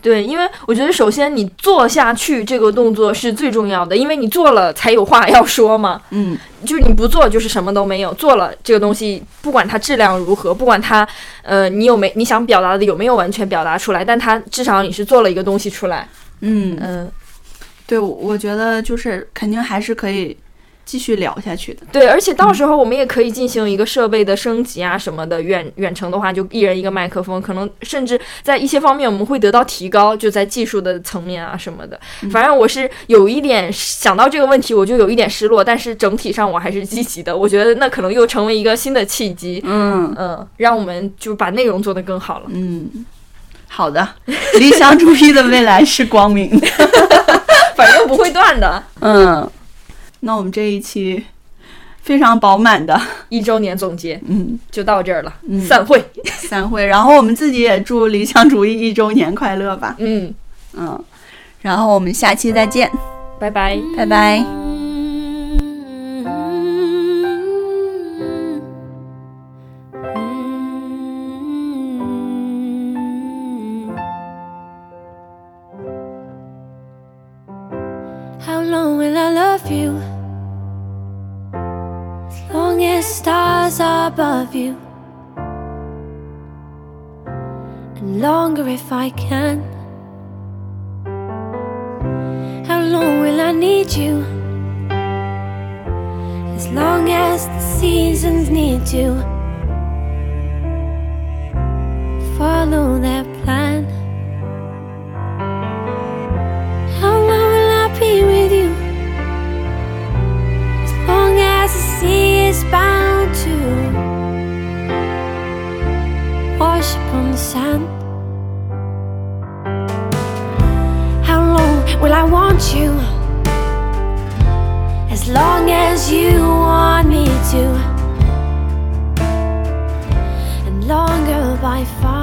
Speaker 3: 对，因为我觉得首先你做下去这个动作是最重要的，因为你做了才有话要说嘛。
Speaker 2: 嗯，
Speaker 3: 就是你不做，就是什么都没有；做了这个东西，不管它质量如何，不管它，呃，你有没你想表达的有没有完全表达出来，但它至少你是做了一个东西出来。
Speaker 2: 嗯
Speaker 3: 嗯，
Speaker 2: 对，我我觉得就是肯定还是可以继续聊下去的。
Speaker 3: 对，而且到时候我们也可以进行一个设备的升级啊什么的。远远程的话，就一人一个麦克风，可能甚至在一些方面我们会得到提高，就在技术的层面啊什么的。反正我是有一点想到这个问题，我就有一点失落，但是整体上我还是积极的。我觉得那可能又成为一个新的契机，
Speaker 2: 嗯
Speaker 3: 嗯，让我们就把内容做得更好了。
Speaker 2: 嗯，好的， 理想主义的未来是光明的。
Speaker 3: 反正不会断的。
Speaker 2: 嗯，那我们这一期非常饱满的，
Speaker 3: 一周年总结
Speaker 2: 嗯，
Speaker 3: 就到这儿了，
Speaker 2: 嗯
Speaker 3: 散会。
Speaker 2: 散会。然后我们自己也祝理想主义一周年快乐吧。
Speaker 3: 嗯，
Speaker 2: 嗯，然后我们下期再见，
Speaker 3: 拜拜。
Speaker 2: 拜拜。
Speaker 7: Mm-hmm. How long will I love you? As long as stars are above you. And longer if I can. How long will I need you? As long as the seasons need you. Follow their plan. How long will I be with you? As long as the sea is bound to wash upon the sand. How long will I want you? As long as you want me to, and longer by far.